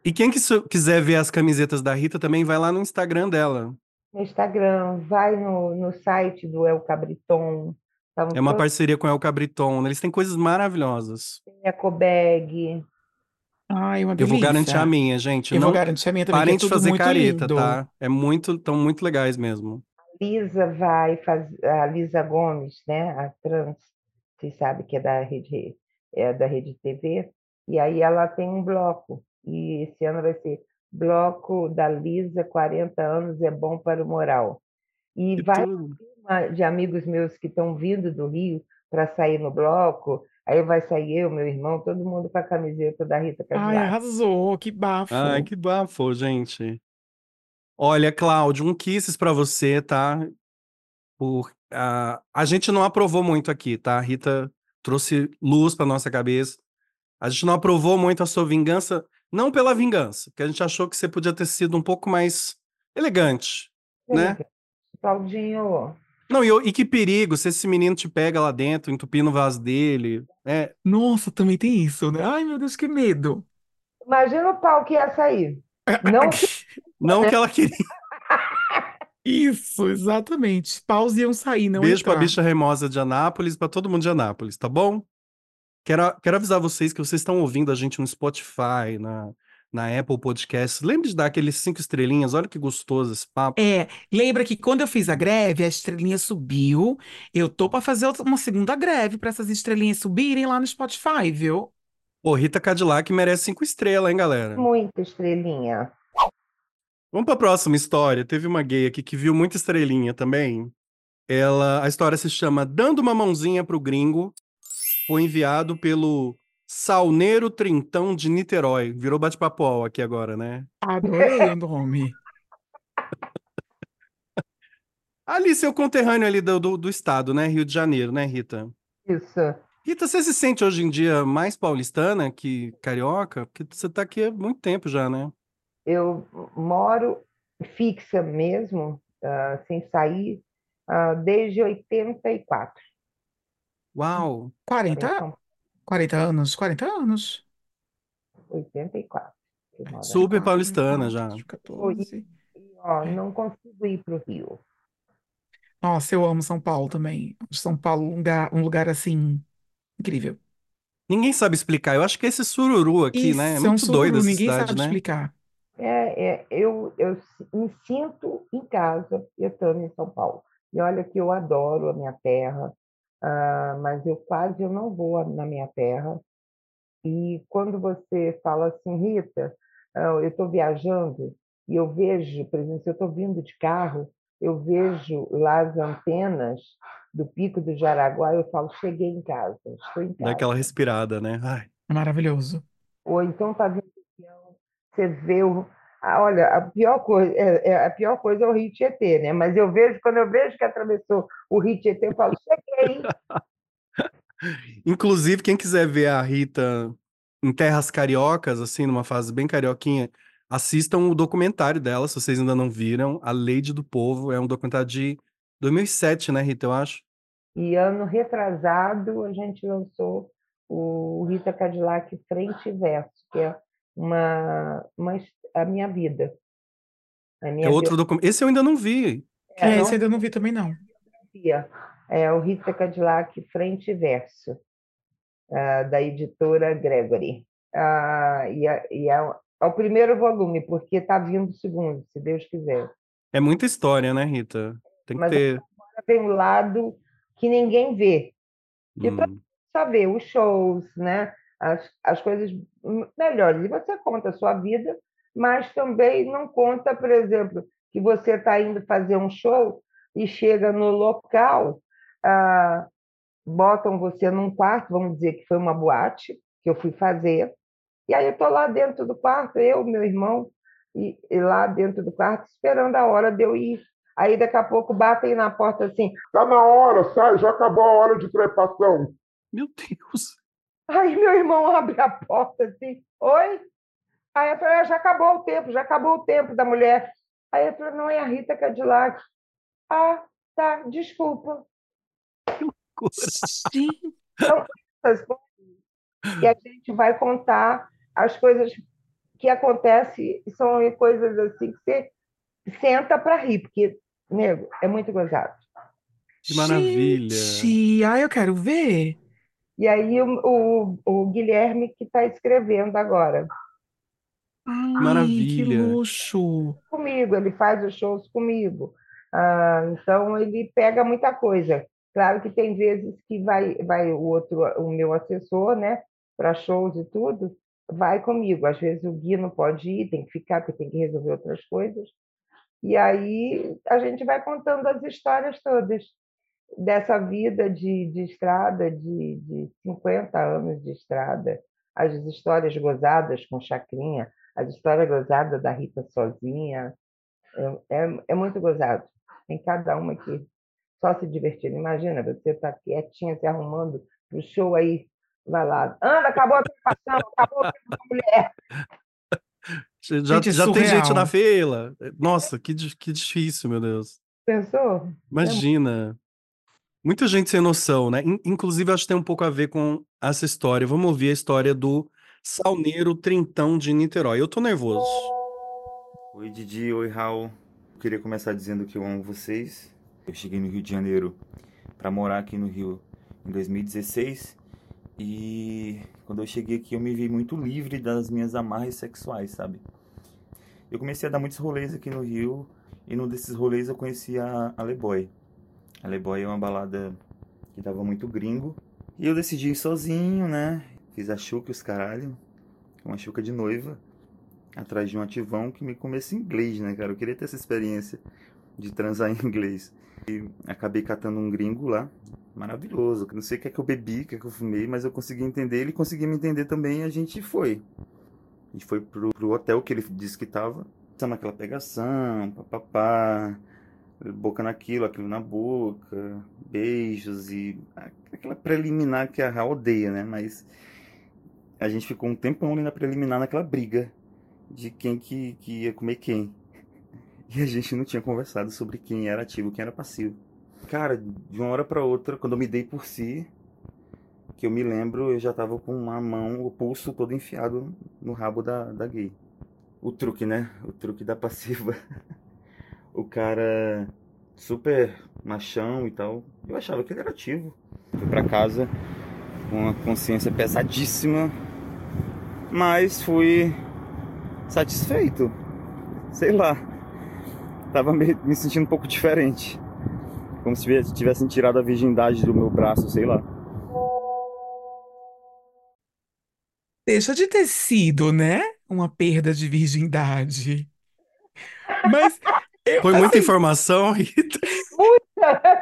Speaker 1: E quem que su- quiser ver as camisetas da Rita também vai lá no Instagram dela.
Speaker 3: No Instagram, vai no, no site do El Cabriton. tá um Tavam
Speaker 1: É
Speaker 2: Uhum.
Speaker 1: uma
Speaker 3: todos
Speaker 1: parceria com o El Cabriton. né? Eles têm coisas maravilhosas.
Speaker 3: em Ecobag.
Speaker 2: Ai, uma
Speaker 1: Eu vou
Speaker 2: delícia.
Speaker 1: garantir a minha, gente.
Speaker 2: Eu
Speaker 1: não
Speaker 2: vou garantir a minha também,
Speaker 1: parem de
Speaker 2: que é tudo
Speaker 1: fazer
Speaker 2: muito
Speaker 1: careta,
Speaker 2: lindo.
Speaker 1: tá? É muito, tão muito legais mesmo.
Speaker 3: Lisa vai fazer a Lisa Gomes, né? A trans, vocês sabem que é da rede é da rede TV. E aí ela tem um bloco e esse ano vai ser bloco da Lisa 40 anos é bom para o moral. E
Speaker 1: Que
Speaker 3: vai
Speaker 1: tudo.
Speaker 3: uma de amigos meus que estão vindo do Rio para sair no bloco. Aí vai sair eu, meu irmão, todo mundo com a camiseta da Rita
Speaker 2: Ai,
Speaker 3: Cadillac.
Speaker 2: arrasou, que bafo.
Speaker 1: Ai, que bafo, gente. Olha, Cláudio, um kisses pra você, tá? Por, a, a gente não aprovou muito aqui, tá? A Rita trouxe luz pra nossa cabeça. A gente não aprovou muito a sua vingança, não pela vingança, porque a gente achou que você podia ter sido um pouco mais elegante, né?
Speaker 3: Claudinho,
Speaker 1: Não, e, o- e que perigo se esse menino te pega lá dentro, entupindo o vaso dele. É,
Speaker 2: Nossa, também tem isso, né? Ai, meu Deus, que medo.
Speaker 3: imagina o pau que ia sair. Não
Speaker 1: não que ela queria.
Speaker 2: Isso, exatamente. Paus iam sair, não
Speaker 1: Beijo pra
Speaker 2: entrar.
Speaker 1: bicha remosa de Anápolis, pra todo mundo de Anápolis, tá bom? Quero, quero avisar vocês que vocês estão ouvindo a gente no Spotify, na, na Apple Podcasts. Lembre de dar aqueles cinco estrelinhas, olha que gostoso esse papo.
Speaker 2: É, lembra que quando eu fiz a greve, a estrelinha subiu. Eu tô pra fazer outra- uma segunda greve pra essas estrelinhas subirem lá no Spotify, viu?
Speaker 1: Ô, Rita Cadillac merece cinco estrelas, hein, galera?
Speaker 3: muito estrelinha.
Speaker 1: Vamos pra próxima história. Teve uma gay aqui que viu muita estrelinha também. Ela, a história se chama Dando uma mãozinha pro gringo. Foi enviado pelo Salneiro Trintão de Niterói. Virou bate-papo all aqui agora, né?
Speaker 2: [laughs] Adorei o nome.
Speaker 1: Ali, seu conterrâneo ali do, do, do estado, né? Rio de Janeiro, né, Rita?
Speaker 3: Isso.
Speaker 1: Rita, você se sente hoje em dia mais paulistana que carioca? Porque você tá aqui há muito tempo já, né?
Speaker 3: Eu moro fixa mesmo, ah, sem sair, ah, desde 84.
Speaker 1: Uau!
Speaker 2: 40,
Speaker 3: Então,
Speaker 2: 40 anos, 40 anos.
Speaker 3: 84. que eu moro aqui.
Speaker 1: Super paulistana já.
Speaker 2: 14.
Speaker 3: E, ó, não consigo ir para o Rio.
Speaker 2: Nossa, eu amo São Paulo também. Acho São Paulo um lugar, um lugar assim incrível.
Speaker 1: Ninguém sabe explicar. Eu acho que é esse sururu aqui, né? É
Speaker 2: Isso, é um
Speaker 1: muito doido
Speaker 2: sururu,
Speaker 1: essa
Speaker 2: ninguém
Speaker 1: cidade,
Speaker 2: sabe
Speaker 1: né?
Speaker 2: explicar.
Speaker 3: É, é, eu, eu si- me sinto em casa, eu estando em São Paulo. E olha que eu adoro a minha terra, ah, mas eu quase eu não vou na minha terra. E quando você fala assim, Rita, ah, eu estou viajando e eu vejo, por exemplo, se eu estou vindo de carro, eu vejo lá as antenas do Pico do Jaraguá, eu falo, cheguei em casa, estou em
Speaker 1: Dá
Speaker 3: casa.
Speaker 1: aquela respirada, né? Ai.
Speaker 2: É maravilhoso.
Speaker 3: Ou então tá vindo de avião, você vê o. Ah, olha, a pior coisa é, é- a pior coisa é o Rio Tietê, né? Mas eu vejo, quando eu vejo que atravessou o Rio Tietê, eu falo, cheguei.
Speaker 1: Inclusive, quem quiser ver a Rita em terras cariocas, assim, numa fase bem carioquinha, assistam o documentário dela, se vocês ainda não viram, A Lady do Povo. É um documentário de 2007, né, Rita, eu acho?
Speaker 3: E ano retrasado a gente lançou o Rita Cadillac Frente e Verso, que é uma, uma his- a minha vida. A minha
Speaker 1: É outro documentário. Esse eu ainda não vi.
Speaker 2: É,
Speaker 3: biografia.
Speaker 2: esse ainda eu não vi
Speaker 1: [laughs]
Speaker 2: também, não.
Speaker 3: É o Rita Cadillac Frente e Verso, ah, da editora Gregory. Ah, e é, e é o- é o primeiro volume, porque está vindo o segundo, se Deus quiser.
Speaker 1: É muita história, né, Rita? Tem que
Speaker 3: Mas-
Speaker 1: ter.
Speaker 3: Tem um lado que ninguém vê, eu tô-
Speaker 1: hum.
Speaker 3: só vê os shows, né? as, as coisas m- melhores. E você conta a sua vida, mas também não conta, por exemplo, que você está indo fazer um show e chega no local, ah, botam você num quarto, vamos dizer que foi uma boate que eu fui fazer, e aí eu estou lá dentro do quarto, eu, meu irmão, e, e lá dentro do quarto, esperando a hora de eu ir Aí daqui a pouco batem na porta assim.
Speaker 10: Tá na hora, sai, já acabou a hora de trepação.
Speaker 1: Meu Deus. [laughs]
Speaker 3: Aí meu irmão abre a porta assim, oi? Aí eu falei, "Ah, já acabou o tempo, já acabou o tempo da mulher. Aí ele falou, não, é a Rita Cadillac. Ah, tá, desculpa.
Speaker 2: Sim.
Speaker 3: Essas coisas. E a gente vai contar as coisas que acontecem, são coisas assim que você senta para rir, porque, nego, é muito gozado.
Speaker 1: Que maravilha.
Speaker 2: Gente, ai, eu quero ver.
Speaker 3: E aí o, o- o Guilherme que está escrevendo agora
Speaker 2: Ai, que
Speaker 1: Maravilha.
Speaker 2: luxo.
Speaker 3: comigo, ele faz os shows comigo. Ah, então ele pega muita coisa. Claro que tem vezes que vai, vai o outro, o meu assessor, né, para shows e tudo, vai comigo. Às vezes o Gui não pode ir, tem que ficar porque tem que resolver outras coisas. E aí a gente vai contando as histórias todas dessa vida de, de estrada, de, de 50 anos de estrada, as histórias gozadas com Chacrinha, as histórias gozadas da Rita sozinha. É, é, é muito gozado. Tem cada uma aqui só se divertindo. Imagina, você tá quietinha, se arrumando pro show aí, vai lá. Anda, acabou a preocupação, acabou a mulher.
Speaker 1: Já,
Speaker 2: Gente, é
Speaker 1: já tem gente
Speaker 2: surreal. É.
Speaker 1: na fila. Nossa, que, di- que difícil, meu Deus.
Speaker 2: um
Speaker 3: Pensou?
Speaker 1: Imagina. Muita gente sem noção, né? In- Inclusive, acho que tem um pouco a ver com essa história. Vamos ouvir a história do Salneiro Trintão de Niterói. Eu tô nervoso.
Speaker 11: Oi Didi, oi Raul. Eu queria começar dizendo que eu amo vocês. Eu cheguei no Rio de Janeiro para morar aqui no Rio em 2016 e quando eu cheguei aqui eu me vi muito livre das minhas amarras sexuais, sabe? Eu comecei a dar muitos rolês aqui no Rio e num desses rolês eu conheci a a Leboy. A Leboy é uma balada que dava muito gringo e eu decidi ir sozinho, né? Fiz a chuca e os caralho, uma chuca de noiva atrás de um ativão que me comesse em inglês, né, cara? Eu queria ter essa experiência de transar em inglês. E acabei catando um gringo lá, maravilhoso. Não sei o que é que eu bebi, o que é que eu fumei, mas eu consegui entender, ele conseguia me entender também e a gente foi. A gente foi pro, pro hotel que ele disse que tava. Tava naquela pegação, papapá, boca naquilo, aquilo na boca, beijos e a- aquela preliminar que a Ra odeia, né? Mas a gente ficou um tempão ali na preliminar, naquela briga de quem que, que ia comer quem. [laughs] E a gente não tinha conversado sobre quem era ativo, quem era passivo. Cara, de uma hora pra outra, quando eu me dei por si, que eu me lembro, eu já tava com uma mão, o pulso todo enfiado no rabo da, da gay. O truque, né? O truque da passiva. [laughs] O cara super machão e tal. Eu achava que ele era ativo. Fui pra casa com a consciência pesadíssima, mas fui satisfeito. Sei lá. Tava me, me sentindo um pouco diferente. Como se tivesse- tivessem tirado a virgindade do meu braço, sei lá.
Speaker 2: Deixa de ter sido, né? Uma perda de virgindade. Mas eu,
Speaker 1: Foi muita
Speaker 2: assim,
Speaker 1: informação, [laughs] Rita.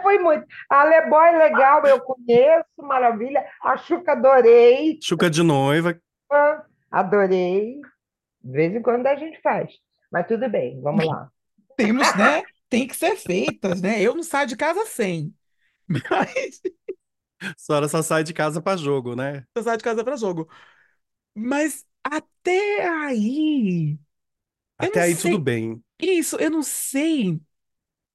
Speaker 3: Foi muito. A Leboy legal, eu conheço, maravilha. A Xuca adorei.
Speaker 1: Chuca de noiva.
Speaker 3: Ah, Adorei. De vez em quando a gente faz. Mas tudo bem, vamos lá.
Speaker 2: temos, né? Tem que ser feitas, né? Eu não saio de casa sem. Mas
Speaker 1: A senhora só sai de casa pra jogo, né?
Speaker 2: eu saio de casa pra jogo. Mas até aí, Eu
Speaker 1: Até
Speaker 2: não
Speaker 1: aí
Speaker 2: sei.
Speaker 1: tudo bem.
Speaker 2: isso, eu não sei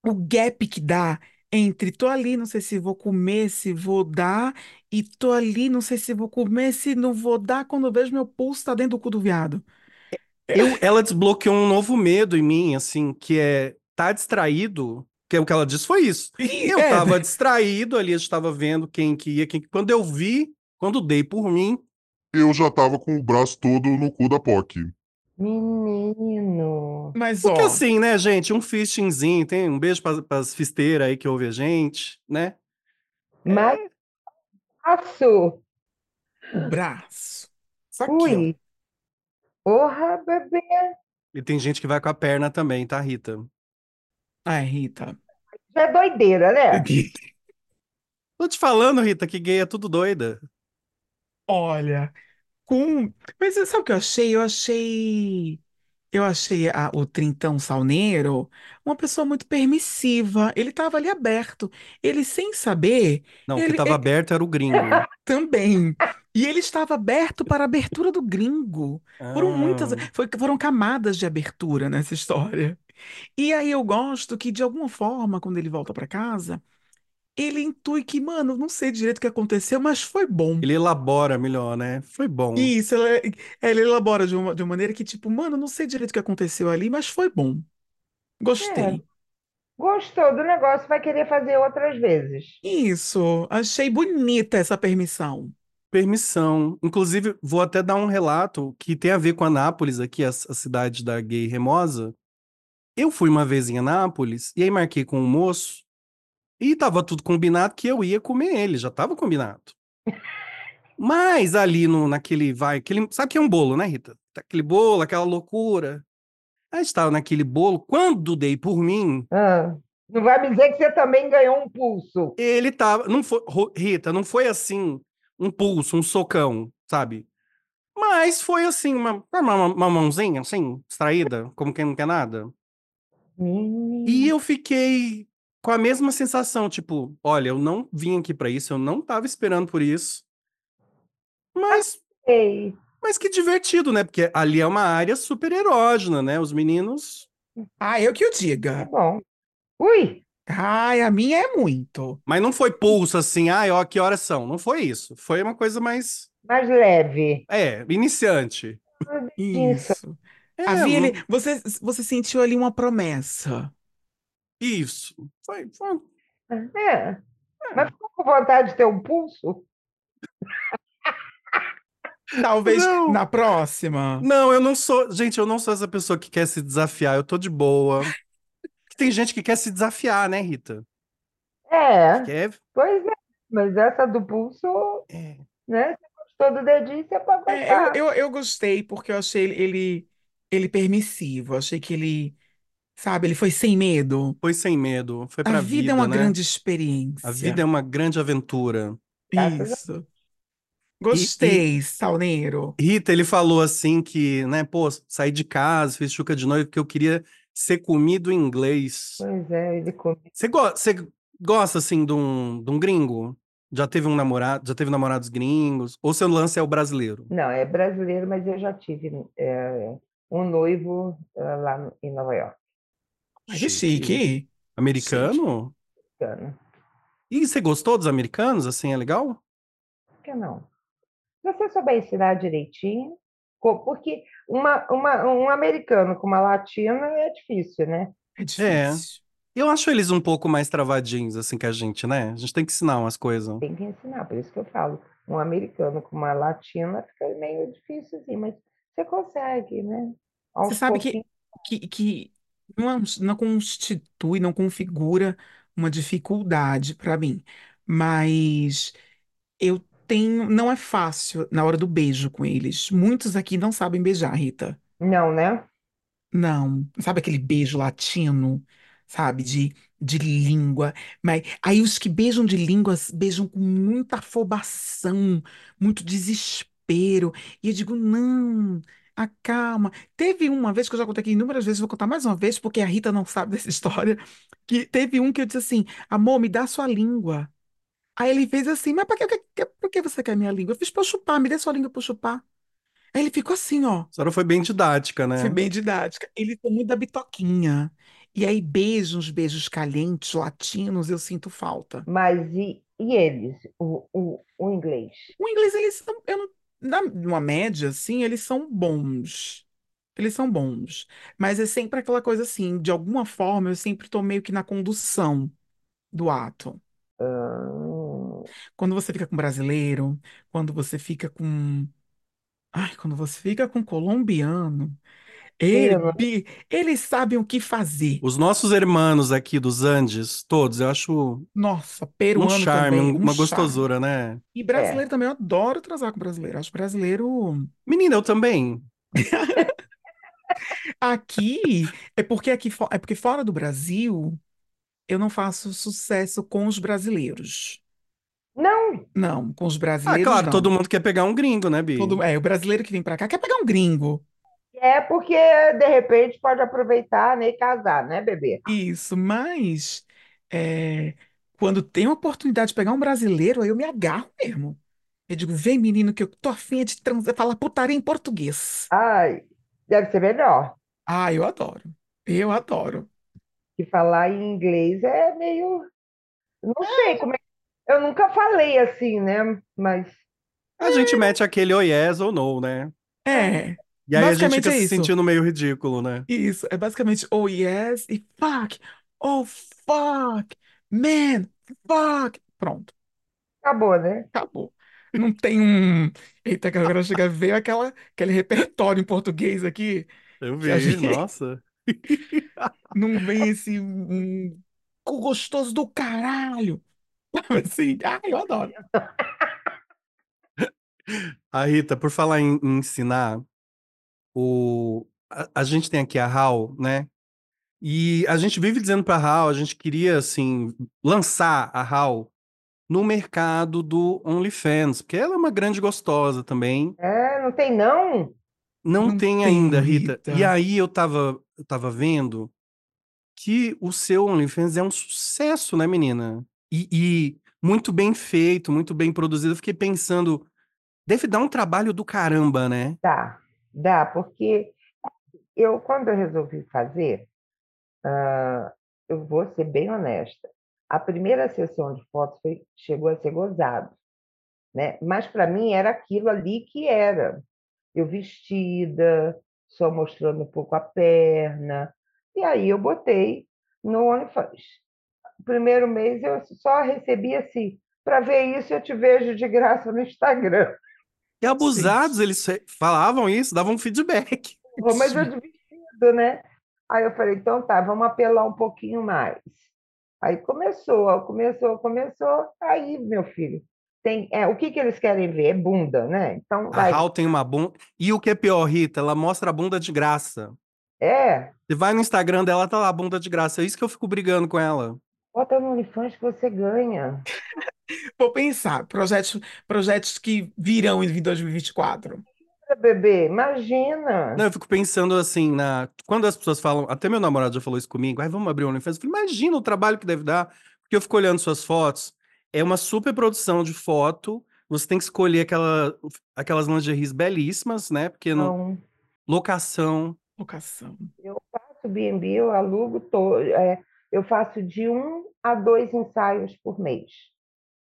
Speaker 2: o gap que dá entre tô ali, não sei se vou comer, se vou dar, e tô ali, não sei se vou comer, se não vou dar, quando eu vejo meu pulso tá dentro do cu do viado.
Speaker 1: Eu, ela desbloqueou um novo medo em mim, assim, que é tá distraído, que é o que ela disse foi isso. Eu
Speaker 2: É,
Speaker 1: tava distraído ali, eu estava vendo quem que ia, quem que... Quando eu vi, quando dei por mim,
Speaker 10: Eu já tava com o braço todo no cu da POC.
Speaker 3: Menino.
Speaker 2: Mas
Speaker 1: Porque
Speaker 2: ó,
Speaker 1: assim, né, gente? Um fistingzinho, tem um beijo para as fisteiras aí que ouve a gente, né?
Speaker 3: Mas aço.
Speaker 2: o braço. Só aqui, ó.
Speaker 3: Ui. Porra, bebê.
Speaker 1: E tem gente que vai com a perna também, tá, Rita?
Speaker 2: Ai, Rita.
Speaker 3: Já é doideira, né?
Speaker 1: Tô te falando, Rita, que gay é tudo doida.
Speaker 2: Olha, com. Mas sabe o que eu achei? Eu achei. Eu achei a- o Trintão Salneiro uma pessoa muito permissiva. Ele estava ali aberto. Ele, sem saber,
Speaker 1: Não, o que
Speaker 2: ele, é
Speaker 1: estava
Speaker 2: ele-
Speaker 1: aberto era o
Speaker 2: [laughs]
Speaker 1: gringo. né?
Speaker 2: também. E ele estava aberto para a abertura do gringo. Foram muitas,
Speaker 1: Ah.
Speaker 2: foi- foram camadas de abertura nessa história. E aí eu gosto que, de alguma forma, quando ele volta para casa, ele intui que, mano, não sei direito o que aconteceu, mas foi bom.
Speaker 1: Ele elabora melhor, né? Foi bom.
Speaker 2: Isso, ela, ela elabora de uma, de uma maneira que, tipo, mano, não sei direito o que aconteceu ali, mas foi bom.
Speaker 1: É.
Speaker 2: Gostei.
Speaker 3: Gostou do negócio, vai querer fazer outras vezes.
Speaker 2: Isso, achei bonita essa permissão.
Speaker 1: Permissão. Inclusive, vou até dar um relato que tem a ver com Anápolis, aqui, a, c- a cidade da gay Remosa. Eu fui uma vez em Anápolis e aí marquei com um moço e tava tudo combinado que eu ia comer ele, já tava combinado. Mas ali no, naquele vai, aquele, sabe que é um bolo, né, Rita? Aquele bolo, aquela loucura. Aí estava naquele bolo, quando dei por mim,
Speaker 3: Ah, não vai me dizer que você também ganhou um pulso.
Speaker 1: ele tava, não foi, Ro- Rita, não foi assim um pulso, um socão, sabe? Mas foi assim, uma, uma, uma mãozinha, assim, distraída, como quem não quer nada.
Speaker 2: Uhum.
Speaker 1: E eu fiquei com a mesma sensação, tipo, olha, eu não vim aqui pra isso, eu não tava esperando por isso. Mas. Mas que divertido, né? Porque ali é uma área super erógena, né? Os meninos.
Speaker 2: Ah, eu que o diga.
Speaker 3: tá Bom. Ui!
Speaker 2: Ai, a minha é muito.
Speaker 1: Mas não foi pulso assim, ai, ó, que horas são. Não foi isso. Foi uma coisa mais.
Speaker 3: Mais leve.
Speaker 1: É, iniciante.
Speaker 2: Isso.
Speaker 1: É,
Speaker 2: Havia ali,
Speaker 1: não-
Speaker 2: você, você sentiu ali uma promessa.
Speaker 1: Isso. Foi, foi... um
Speaker 3: É. Mas ficou com vontade de ter um pulso?
Speaker 2: Talvez
Speaker 1: Não.
Speaker 2: na próxima.
Speaker 1: Não, eu não sou. Gente, eu não sou essa pessoa que quer se desafiar. Eu tô de
Speaker 2: [laughs]
Speaker 1: boa. Que Tem gente que quer se desafiar, né, Rita?
Speaker 3: É.
Speaker 1: Quer...
Speaker 3: Pois é. Mas essa do pulso, né? Você gostou do dedinho, você pode
Speaker 2: É, eu,
Speaker 3: gostar.
Speaker 2: eu, eu gostei porque eu achei ele, ele, ele permissivo. Eu achei que ele, sabe, ele foi sem medo.
Speaker 1: Foi sem medo. Foi
Speaker 2: A
Speaker 1: pra
Speaker 2: vida é uma
Speaker 1: né?
Speaker 2: grande
Speaker 1: A
Speaker 2: experiência.
Speaker 1: vida é uma grande aventura.
Speaker 2: Isso. Gostei, Salneiro.
Speaker 1: Rita, ele falou assim que, né, pô, saí de casa, fiz chuca de noivo porque eu queria ser comido em inglês.
Speaker 3: Pois é, ele come.
Speaker 1: Você go- você gosta, assim, de um, de um gringo? Já teve um namorado, já teve namorados gringos? Ou seu lance é o brasileiro?
Speaker 3: Não, é brasileiro, mas eu já tive é, um noivo é, lá no- em Nova York.
Speaker 2: Ai, que É chique.
Speaker 1: Americano?
Speaker 3: Americano.
Speaker 1: E você gostou dos americanos, assim, é legal?
Speaker 3: Por que não? Se você souber ensinar direitinho, co- porque uma, uma, um americano com uma latina é difícil, né?
Speaker 2: É
Speaker 1: difícil. Eu acho eles um pouco mais travadinhos, assim, que a gente, né? A gente tem que ensinar umas coisas.
Speaker 3: Tem que ensinar, por isso que eu falo. Um americano com uma latina fica meio difícil, assim, mas você consegue, né?
Speaker 2: Você sabe que, que, que não, é um- não constitui, não configura uma dificuldade para mim, mas eu tenho, não é fácil na hora do beijo com eles. Muitos aqui não sabem beijar, Rita.
Speaker 3: Não, né?
Speaker 2: Não, sabe aquele beijo latino, sabe, de, de língua, mas aí os que beijam de língua beijam com muita afobação, muito desespero, e eu digo, não, acalma. Teve uma vez que eu já contei aqui inúmeras vezes, vou contar mais uma vez, porque a Rita não sabe [laughs] dessa história, que teve um que eu disse assim, amor, me dá sua língua. Aí ele fez assim, mas pra que, que- que- por que você quer minha língua? Eu fiz pra eu chupar, me dê sua língua pra eu chupar. Aí ele ficou assim, ó.
Speaker 1: A senhora foi bem didática, né?
Speaker 2: Foi bem didática. Ele tem muito da bitoquinha. E aí, beijos, beijos calientes, latinos, eu sinto falta.
Speaker 3: Mas e, e eles, o, o, o inglês?
Speaker 2: O inglês, eles são, eu não- na, numa média, assim, eles são bons. Eles são bons. Mas é sempre aquela coisa assim, de alguma forma, eu sempre tô meio que na condução do ato. Quando você fica com brasileiro, quando você fica com. Ai, quando você fica com colombiano, ele,
Speaker 1: Colombiano.
Speaker 2: bi- eles sabem o que fazer.
Speaker 1: Os nossos irmãos aqui dos Andes, todos, eu acho
Speaker 2: Nossa,
Speaker 1: um
Speaker 2: peruano
Speaker 1: charme,
Speaker 2: também,
Speaker 1: um-
Speaker 2: um
Speaker 1: uma
Speaker 2: charme.
Speaker 1: gostosura, né?
Speaker 2: E brasileiro também, eu adoro transar com brasileiro. Acho brasileiro.
Speaker 1: Menina, eu também.
Speaker 2: Aqui, é porque aqui fo- é porque fora do Brasil, eu não faço sucesso com os brasileiros.
Speaker 3: Não.
Speaker 2: Não, com os
Speaker 1: Ah,
Speaker 2: brasileiros
Speaker 1: claro, todo
Speaker 2: não.
Speaker 1: mundo quer pegar um gringo, né, Bi?
Speaker 2: Todo, é, o brasileiro que vem pra cá quer pegar um gringo.
Speaker 3: É porque, de repente, pode aproveitar né, e casar, né, bebê?
Speaker 2: Isso, mas é, quando tem a oportunidade de pegar um brasileiro, aí eu me agarro mesmo. Eu digo, vem menino, que eu tô afim de trans... falar putaria em português.
Speaker 3: Ai, deve ser melhor.
Speaker 2: Ah, eu adoro. Eu adoro.
Speaker 3: Que falar em inglês é meio. Não sei como é. Eu nunca falei assim, né? Mas.
Speaker 1: A gente mete aquele oh yes ou no, né?
Speaker 2: É,
Speaker 1: E aí a gente
Speaker 2: basicamente
Speaker 1: fica
Speaker 2: é
Speaker 1: se
Speaker 2: isso.
Speaker 1: sentindo meio ridículo, né?
Speaker 2: Isso, é basicamente oh yes e fuck, oh fuck, man, fuck. Pronto,
Speaker 3: Acabou, né?
Speaker 2: acabou. Não tem um. Eita, que agora chega, veio aquela, aquele repertório em português aqui.
Speaker 1: Eu
Speaker 2: Que [laughs] a
Speaker 1: vi,
Speaker 2: gente-
Speaker 1: nossa.
Speaker 2: Não vem esse hum, cu gostoso do caralho. Sabe Assim, ah, eu adoro.
Speaker 1: A Rita, por falar em, em ensinar, o, a, a gente tem aqui a Hal, né? E a gente vive dizendo para Hal, a gente queria assim lançar a Hal no mercado do OnlyFans, porque ela é uma grande gostosa também.
Speaker 3: É, não tem não?
Speaker 1: Não,
Speaker 2: Não
Speaker 1: tem
Speaker 2: tem,
Speaker 1: ainda, Rita. E
Speaker 2: Rita.
Speaker 1: aí eu tava, eu tava vendo que o seu OnlyFans é um sucesso, né, menina? E, e muito bem feito, muito bem produzido. Eu fiquei pensando, deve dar um trabalho do caramba, né?
Speaker 3: Dá, Tá, dá, porque eu, quando eu resolvi fazer, ah, eu vou ser bem honesta, a primeira sessão de fotos foi- chegou a ser gozado, né? Mas para mim era aquilo ali que era. Eu vestida, só mostrando um pouco a perna, e aí eu botei no OnlyFans. O primeiro mês eu só recebi assim, para ver isso eu te vejo de graça no Instagram.
Speaker 1: E abusados, eles fe- falavam isso, davam um feedback.
Speaker 3: Pô, mas eu de vestido, né? Aí eu falei, então tá, vamos apelar um pouquinho mais. Aí começou, começou, começou. Aí, meu filho, tem, é, o que que eles querem ver? É bunda, né? Então
Speaker 1: A
Speaker 3: vai.
Speaker 1: Hal tem uma bunda. E o que é pior, Rita, ela mostra a bunda de graça.
Speaker 3: É,
Speaker 1: Você vai no Instagram dela, tá lá a bunda de graça. É isso que eu fico brigando com ela.
Speaker 3: bota no OnlyFans que você ganha.
Speaker 2: Vou pensar, projetos, projetos que virão em 2024.
Speaker 3: Olha, Bebê, imagina.
Speaker 1: Não, eu fico pensando assim, na... quando as pessoas falam, até meu namorado já falou isso comigo, ai, vamos abrir o OnlyFans. Eu falei, imagina o trabalho que deve dar, porque eu fico olhando suas fotos, é uma super produção de foto, você tem que escolher aquela... aquelas lingeries belíssimas, né? Porque no...
Speaker 3: Não,
Speaker 1: locação.
Speaker 2: Locação.
Speaker 3: eu faço B&B, eu alugo, to- é, eu faço de um a dois ensaios por mês.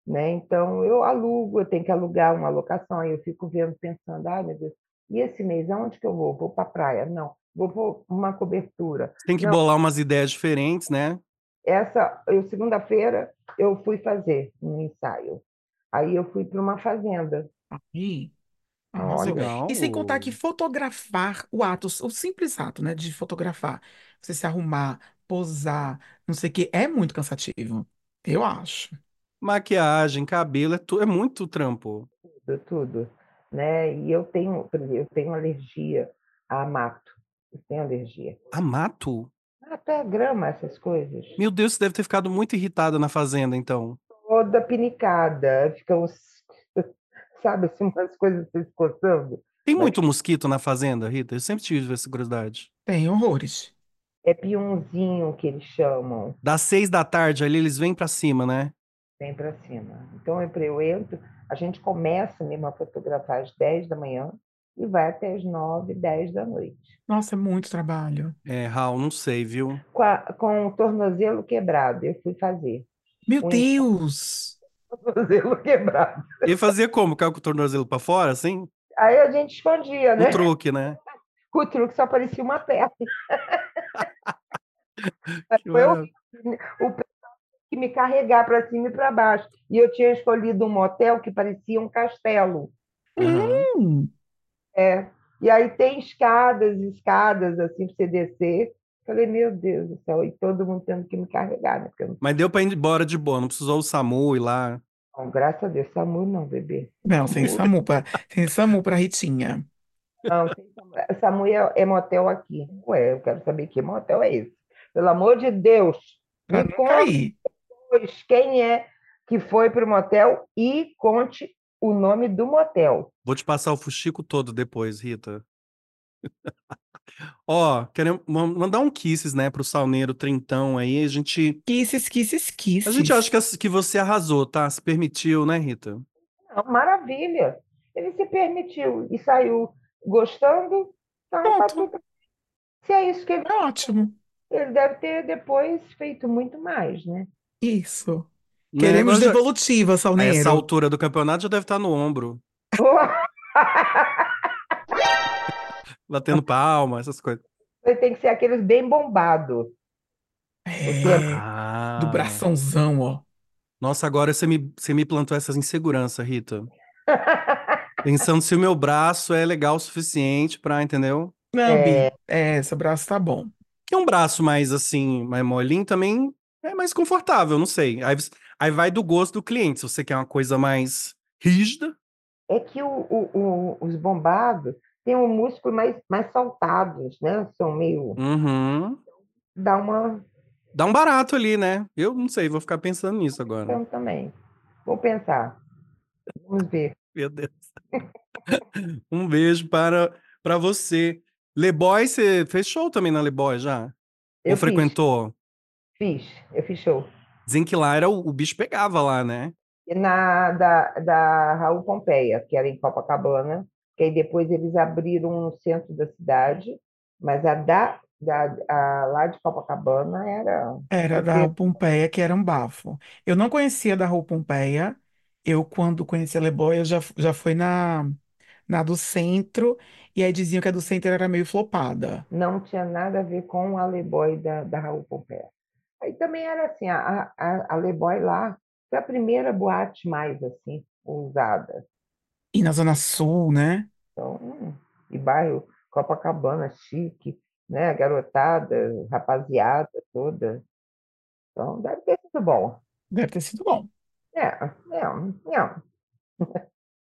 Speaker 3: né? Então eu alugo, eu tenho que alugar uma locação, aí eu fico vendo, pensando, ai meu Deus, e esse mês aonde que eu vou? Vou para praia? Não, vou vou uma cobertura.
Speaker 1: Tem que
Speaker 3: Não.
Speaker 1: bolar umas ideias diferentes, né?
Speaker 3: Essa, eu segunda-feira eu fui fazer um ensaio. Aí eu fui para uma fazenda.
Speaker 2: Aí,
Speaker 3: Ah,
Speaker 2: nossa,
Speaker 1: é legal.
Speaker 2: e sem contar
Speaker 1: Oh.
Speaker 2: que fotografar o ato, o simples ato, né, de fotografar, você se arrumar, posar, não sei o que, é muito cansativo. Eu acho.
Speaker 1: Maquiagem, cabelo, é, tu- é muito trampo.
Speaker 3: tudo, tudo, né? E eu tenho, por exemplo, eu tenho alergia a mato. Eu tenho alergia.
Speaker 1: A Ah, mato?
Speaker 3: Mato é grama, essas coisas.
Speaker 1: Meu Deus, você deve ter ficado muito irritada na fazenda, então.
Speaker 3: Toda pinicada, fica uns, [laughs] sabe assim, umas coisas se coçando.
Speaker 1: Tem
Speaker 3: Mas-
Speaker 1: muito mosquito na fazenda, Rita? Eu sempre tive essa curiosidade.
Speaker 2: Tem horrores.
Speaker 3: É piunzinho que eles chamam,
Speaker 1: Das seis da tarde ali, eles vêm pra cima, né?
Speaker 3: vem para cima. Então eu, eu entro, a gente começa mesmo a fotografar às 10 da manhã e vai até às 9, 10 da noite.
Speaker 2: Nossa, é muito trabalho.
Speaker 1: É, Raul, não sei, viu?
Speaker 3: Com, a- com o tornozelo quebrado, eu fui fazer. [laughs]
Speaker 2: Meu
Speaker 1: um
Speaker 3: Oi.
Speaker 2: Deus!
Speaker 3: Tornozelo quebrado.
Speaker 1: Ele fazia como? Ficava com o tornozelo pra fora, assim?
Speaker 3: Aí a gente escondia, né?
Speaker 1: O truque, né?
Speaker 3: O truque só parecia uma perna.
Speaker 1: Que
Speaker 3: Foi
Speaker 1: maravilha.
Speaker 3: o pessoal tinha que me carregar para cima e para baixo. E eu tinha escolhido um motel que parecia um castelo.
Speaker 1: Aham.
Speaker 2: Hum,
Speaker 3: É. E aí tem escadas, escadas assim para você descer. Falei, meu Deus do céu, e todo mundo tendo que me carregar, né? Porque eu não,
Speaker 1: Mas deu pra ir embora de boa, não precisou o SAMU ir lá.
Speaker 3: não, graças a Deus, SAMU não, bebê.
Speaker 2: não, sem SAMU pra, sem SAMU pra Ritinha.
Speaker 3: Não, tem SAMU. SAMU é, é motel aqui. Ué, eu quero saber que motel é esse. Pelo amor de Deus,
Speaker 2: Pra
Speaker 3: me
Speaker 2: não
Speaker 3: conta
Speaker 2: cair.
Speaker 3: depois quem é que foi para o motel e conte o nome do motel.
Speaker 1: Vou te passar o fuxico todo depois, Rita. [laughs] Ó, queremos ma- mandar um kisses, né, pro Salneiro Trintão aí. A gente.
Speaker 2: Kisses, kisses, kisses.
Speaker 1: A gente acha que, as- que você arrasou, tá? Se permitiu, né, Rita?
Speaker 3: Não, É maravilha. Ele se permitiu e saiu gostando. Então, tá tudo- Se é isso que ele.
Speaker 2: É ótimo.
Speaker 3: Ele deve ter depois feito muito mais, né?
Speaker 2: Isso.
Speaker 1: Né,
Speaker 2: Queremos
Speaker 1: agora já- é
Speaker 2: devolutiva,
Speaker 1: A
Speaker 2: Salneiro.
Speaker 1: essa altura do campeonato já deve estar no
Speaker 2: [laughs]
Speaker 1: ombro, batendo palma, essas coisas.
Speaker 3: Ele tem que ser aqueles bem bombado. [laughs]
Speaker 1: Ah.
Speaker 2: É, Do braçãozão, ó.
Speaker 1: Nossa, agora você me, você me plantou essas inseguranças, Rita. Pensando se o meu braço é legal o suficiente pra, entendeu?
Speaker 2: Não, Bi. É, esse braço tá bom.
Speaker 1: Que um braço mais assim, mais molinho também é mais confortável, não sei. Aí, você- aí vai do gosto do cliente. Se você quer uma coisa mais rígida,
Speaker 3: É que o- o- o- os bombados têm um músculo mais, mais saltados, né? São meio.
Speaker 1: uhum,
Speaker 3: Dá uma.
Speaker 1: dá um barato ali, né? Eu não sei, vou ficar pensando nisso agora.
Speaker 3: Eu também. Vou pensar. Vamos ver.
Speaker 1: Meu Deus. [laughs] Um beijo para, para você. Leboy, você fez show também na Leboy já?
Speaker 3: Eu
Speaker 1: Ou
Speaker 3: fiz.
Speaker 1: frequentou?
Speaker 3: Fiz, eu fiz show.
Speaker 1: Dizem que lá era o, o bicho pegava lá, né?
Speaker 3: E Na, da, da Raul Pompeia, que era em Copacabana, que aí depois eles abriram no centro da cidade, mas a da, da a lá de Copacabana era.
Speaker 2: Era da Rua Pompeia, que era um bafo. Eu não conhecia da Rua Pompeia. Eu, quando conheci a Leboy, eu já, já fui na, na do centro. E aí diziam que a do centro era meio flopada.
Speaker 3: não tinha nada a ver com a Leboy da, da Raul Pompeia. Aí também era assim, a, a, a Leboy lá foi a primeira boate mais assim, usada.
Speaker 2: E na Zona Sul, né?
Speaker 3: Então, hum, e bairro Copacabana, chique, né? A Garotada, rapaziada toda. Então, deve ter sido bom.
Speaker 2: Deve ter sido bom.
Speaker 3: É, não, não.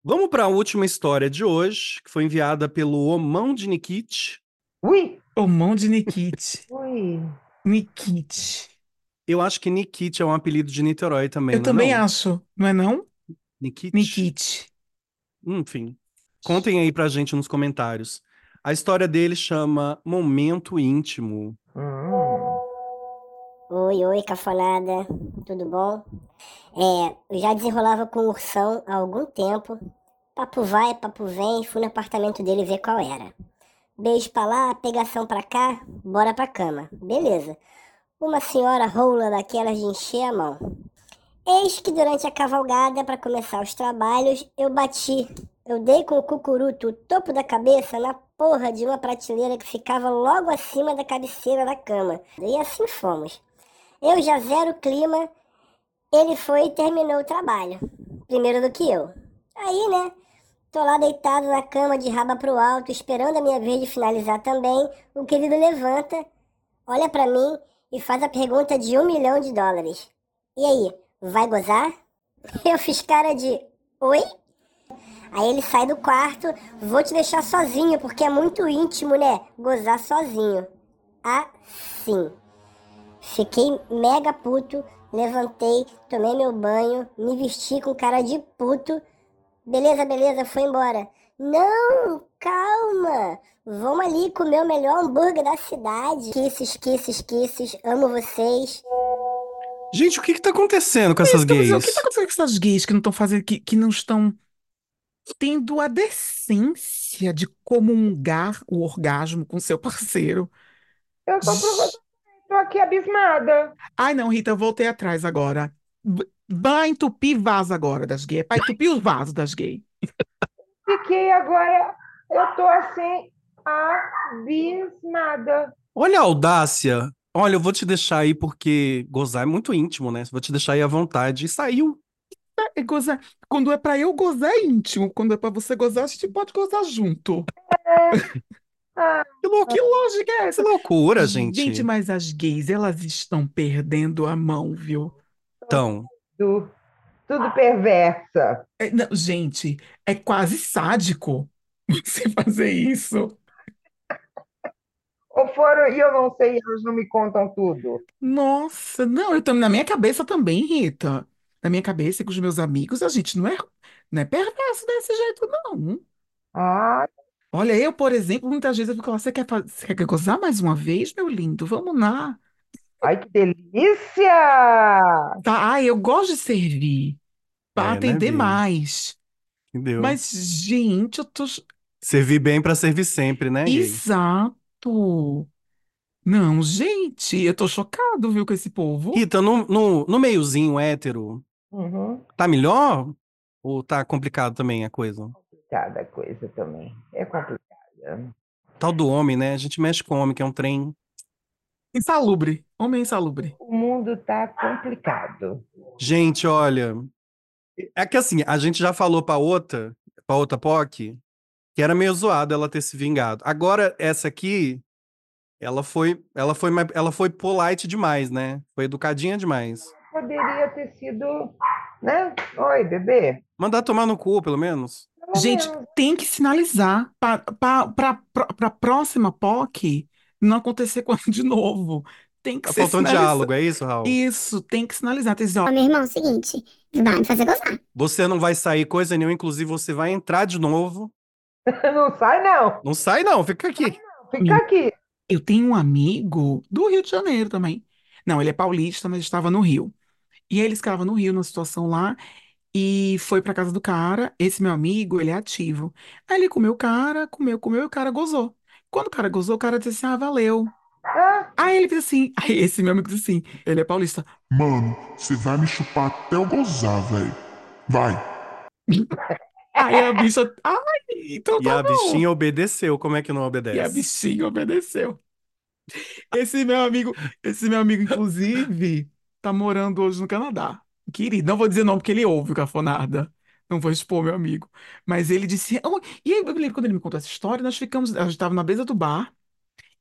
Speaker 1: Vamos para a última história de hoje, que foi enviada pelo Omão de Nikit.
Speaker 3: Ui!
Speaker 2: Omão um de Nikit.
Speaker 3: Ui!
Speaker 2: Nikit.
Speaker 1: Eu acho que Nikit é um apelido de Niterói também,
Speaker 2: Eu
Speaker 1: não é
Speaker 2: também
Speaker 1: não?
Speaker 2: acho, não é não?
Speaker 1: Nikit.
Speaker 2: Nikit.
Speaker 1: Enfim, contem aí pra gente nos comentários. A história dele chama Momento Íntimo.
Speaker 3: Hum.
Speaker 7: Oi, oi, cafonada, tudo bom? É, eu já desenrolava com o ursão há algum tempo. Papo vai, papo vem, fui no apartamento dele ver qual era. Beijo pra lá, pegação pra cá, bora pra cama. Beleza. Uma senhora rola daquelas de encher a mão. Eis que durante a cavalgada para começar os trabalhos, eu bati. Eu dei com o cucuruto o topo da cabeça na porra de uma prateleira que ficava logo acima da cabeceira da cama. E assim fomos. Eu já zero clima, ele foi e terminou o trabalho. Primeiro do que eu. Aí, né? Tô lá deitado na cama de raba pro alto, esperando a minha vez de finalizar também. O querido levanta, olha pra mim e faz a pergunta de um milhão de dólares. E aí, vai gozar? [laughs] Eu fiz cara de oi? Aí ele sai do quarto, vou te deixar sozinho, porque é muito íntimo, né? Gozar sozinho. Assim. Fiquei mega puto, levantei, tomei meu banho, me vesti com cara de puto. Beleza, beleza, foi embora. Não, calma. Vamos ali comer o melhor hambúrguer da cidade. Kisses, kisses, kisses. Amo vocês.
Speaker 1: Gente, o que que tá acontecendo com essas
Speaker 2: Então, mas
Speaker 1: gays?
Speaker 2: o que tá acontecendo com essas gays que não estão fazendo, que, que não estão tendo a decência de comungar o orgasmo com seu parceiro?
Speaker 3: Eu tô, prova- tô aqui abismada.
Speaker 2: Ai, não, Rita, eu voltei atrás agora. B- Vai entupir vaso agora das gays. É pra entupir os vasos das gays.
Speaker 3: Fiquei agora, eu tô assim, abismada.
Speaker 1: Olha a audácia. Olha, eu vou te deixar aí porque gozar é muito íntimo, né? Vou te deixar aí à vontade. E saiu.
Speaker 2: É gozar. Quando é pra eu gozar, é íntimo. Quando é pra você gozar, a gente pode gozar junto.
Speaker 1: Que, lou-
Speaker 2: que lógica é essa?
Speaker 1: Que loucura, gente.
Speaker 2: Gente, mas as gays, elas estão perdendo a mão, viu?
Speaker 1: Então,
Speaker 3: Tudo, tudo perversa.
Speaker 2: É, não, gente, é quase sádico [laughs] você fazer isso.
Speaker 3: Ou foram, e eu não sei, elas não me contam tudo.
Speaker 2: Nossa, não, eu também, na minha cabeça também, Rita. Na minha cabeça, e com os meus amigos, a gente não é, não é perverso desse jeito, não.
Speaker 3: Ah,
Speaker 2: Olha, eu, por exemplo, muitas vezes eu fico lá, você quer, fa- você quer gozar mais uma vez, meu lindo? Vamos lá.
Speaker 3: Ai, que delícia!
Speaker 2: Tá, ai, eu gosto de servir.
Speaker 1: É,
Speaker 2: Pra
Speaker 1: né,
Speaker 2: atender
Speaker 1: Bia?
Speaker 2: mais.
Speaker 1: Entendeu?
Speaker 2: Mas, gente, eu tô.
Speaker 1: Servir bem pra servir sempre, né? gay?
Speaker 2: Exato. Não, gente, eu tô chocado, viu, com esse povo.
Speaker 1: Rita, no, no, no meiozinho hétero,
Speaker 3: Uhum.
Speaker 1: tá melhor? Ou tá complicado também a coisa?
Speaker 3: Cada coisa também. É complicada.
Speaker 1: Tal do homem, né? A gente mexe com homem, que é um trem.
Speaker 2: Insalubre. Homem insalubre.
Speaker 3: O mundo tá complicado.
Speaker 1: Gente, olha. É que assim, a gente já falou pra outra, pra outra POC, que era meio zoado ela ter se vingado. Agora, essa aqui, ela foi, ela foi, mais- ela foi polite demais, né? Foi educadinha demais.
Speaker 3: Poderia ter sido, né? Oi, bebê. Tá né?
Speaker 1: Mandar tomar no cu, pelo menos.
Speaker 2: Gente, tem que sinalizar para a próxima POC não acontecer [laughs] com de novo. Tem que
Speaker 1: Tá
Speaker 2: ser
Speaker 1: faltando
Speaker 2: sinaliza-
Speaker 1: diálogo, é isso, Raul?
Speaker 2: Isso, tem que sinalizar. Tem que dizer, ó, meu irmão, é o seguinte, vai me fazer gozar.
Speaker 1: Você não vai sair coisa nenhuma, inclusive você vai entrar de novo.
Speaker 3: Não sai, não.
Speaker 1: Não sai, não, fica aqui.
Speaker 3: Fica aqui.
Speaker 2: Eu tenho um amigo do Rio de Janeiro também. Não, ele é paulista, mas estava no Rio. E aí ele escrava no Rio, numa situação lá, e foi pra casa do cara. Esse meu amigo, ele é ativo. Aí ele comeu o cara, comeu, comeu, e o cara gozou. Quando o cara gozou, o cara disse assim, ah, valeu.
Speaker 3: Ah,
Speaker 2: Aí ele fez assim, [laughs] aí esse meu amigo disse assim, ele é paulista.
Speaker 10: Mano, você vai me chupar até eu gozar, velho. Vai.
Speaker 2: [laughs] Aí a bicha, ai, então
Speaker 1: E
Speaker 2: tá
Speaker 1: a
Speaker 2: bom.
Speaker 1: bichinha obedeceu, como é que não obedece?
Speaker 2: E a bichinha obedeceu. Esse meu amigo, esse meu amigo, inclusive, tá morando hoje no Canadá. Querido, não vou dizer não, porque ele ouve o Cafonada. Não vou expor meu amigo. Mas ele disse. "Oh", E aí, eu me lembro quando ele me contou essa história, nós ficamos. A gente tava na mesa do bar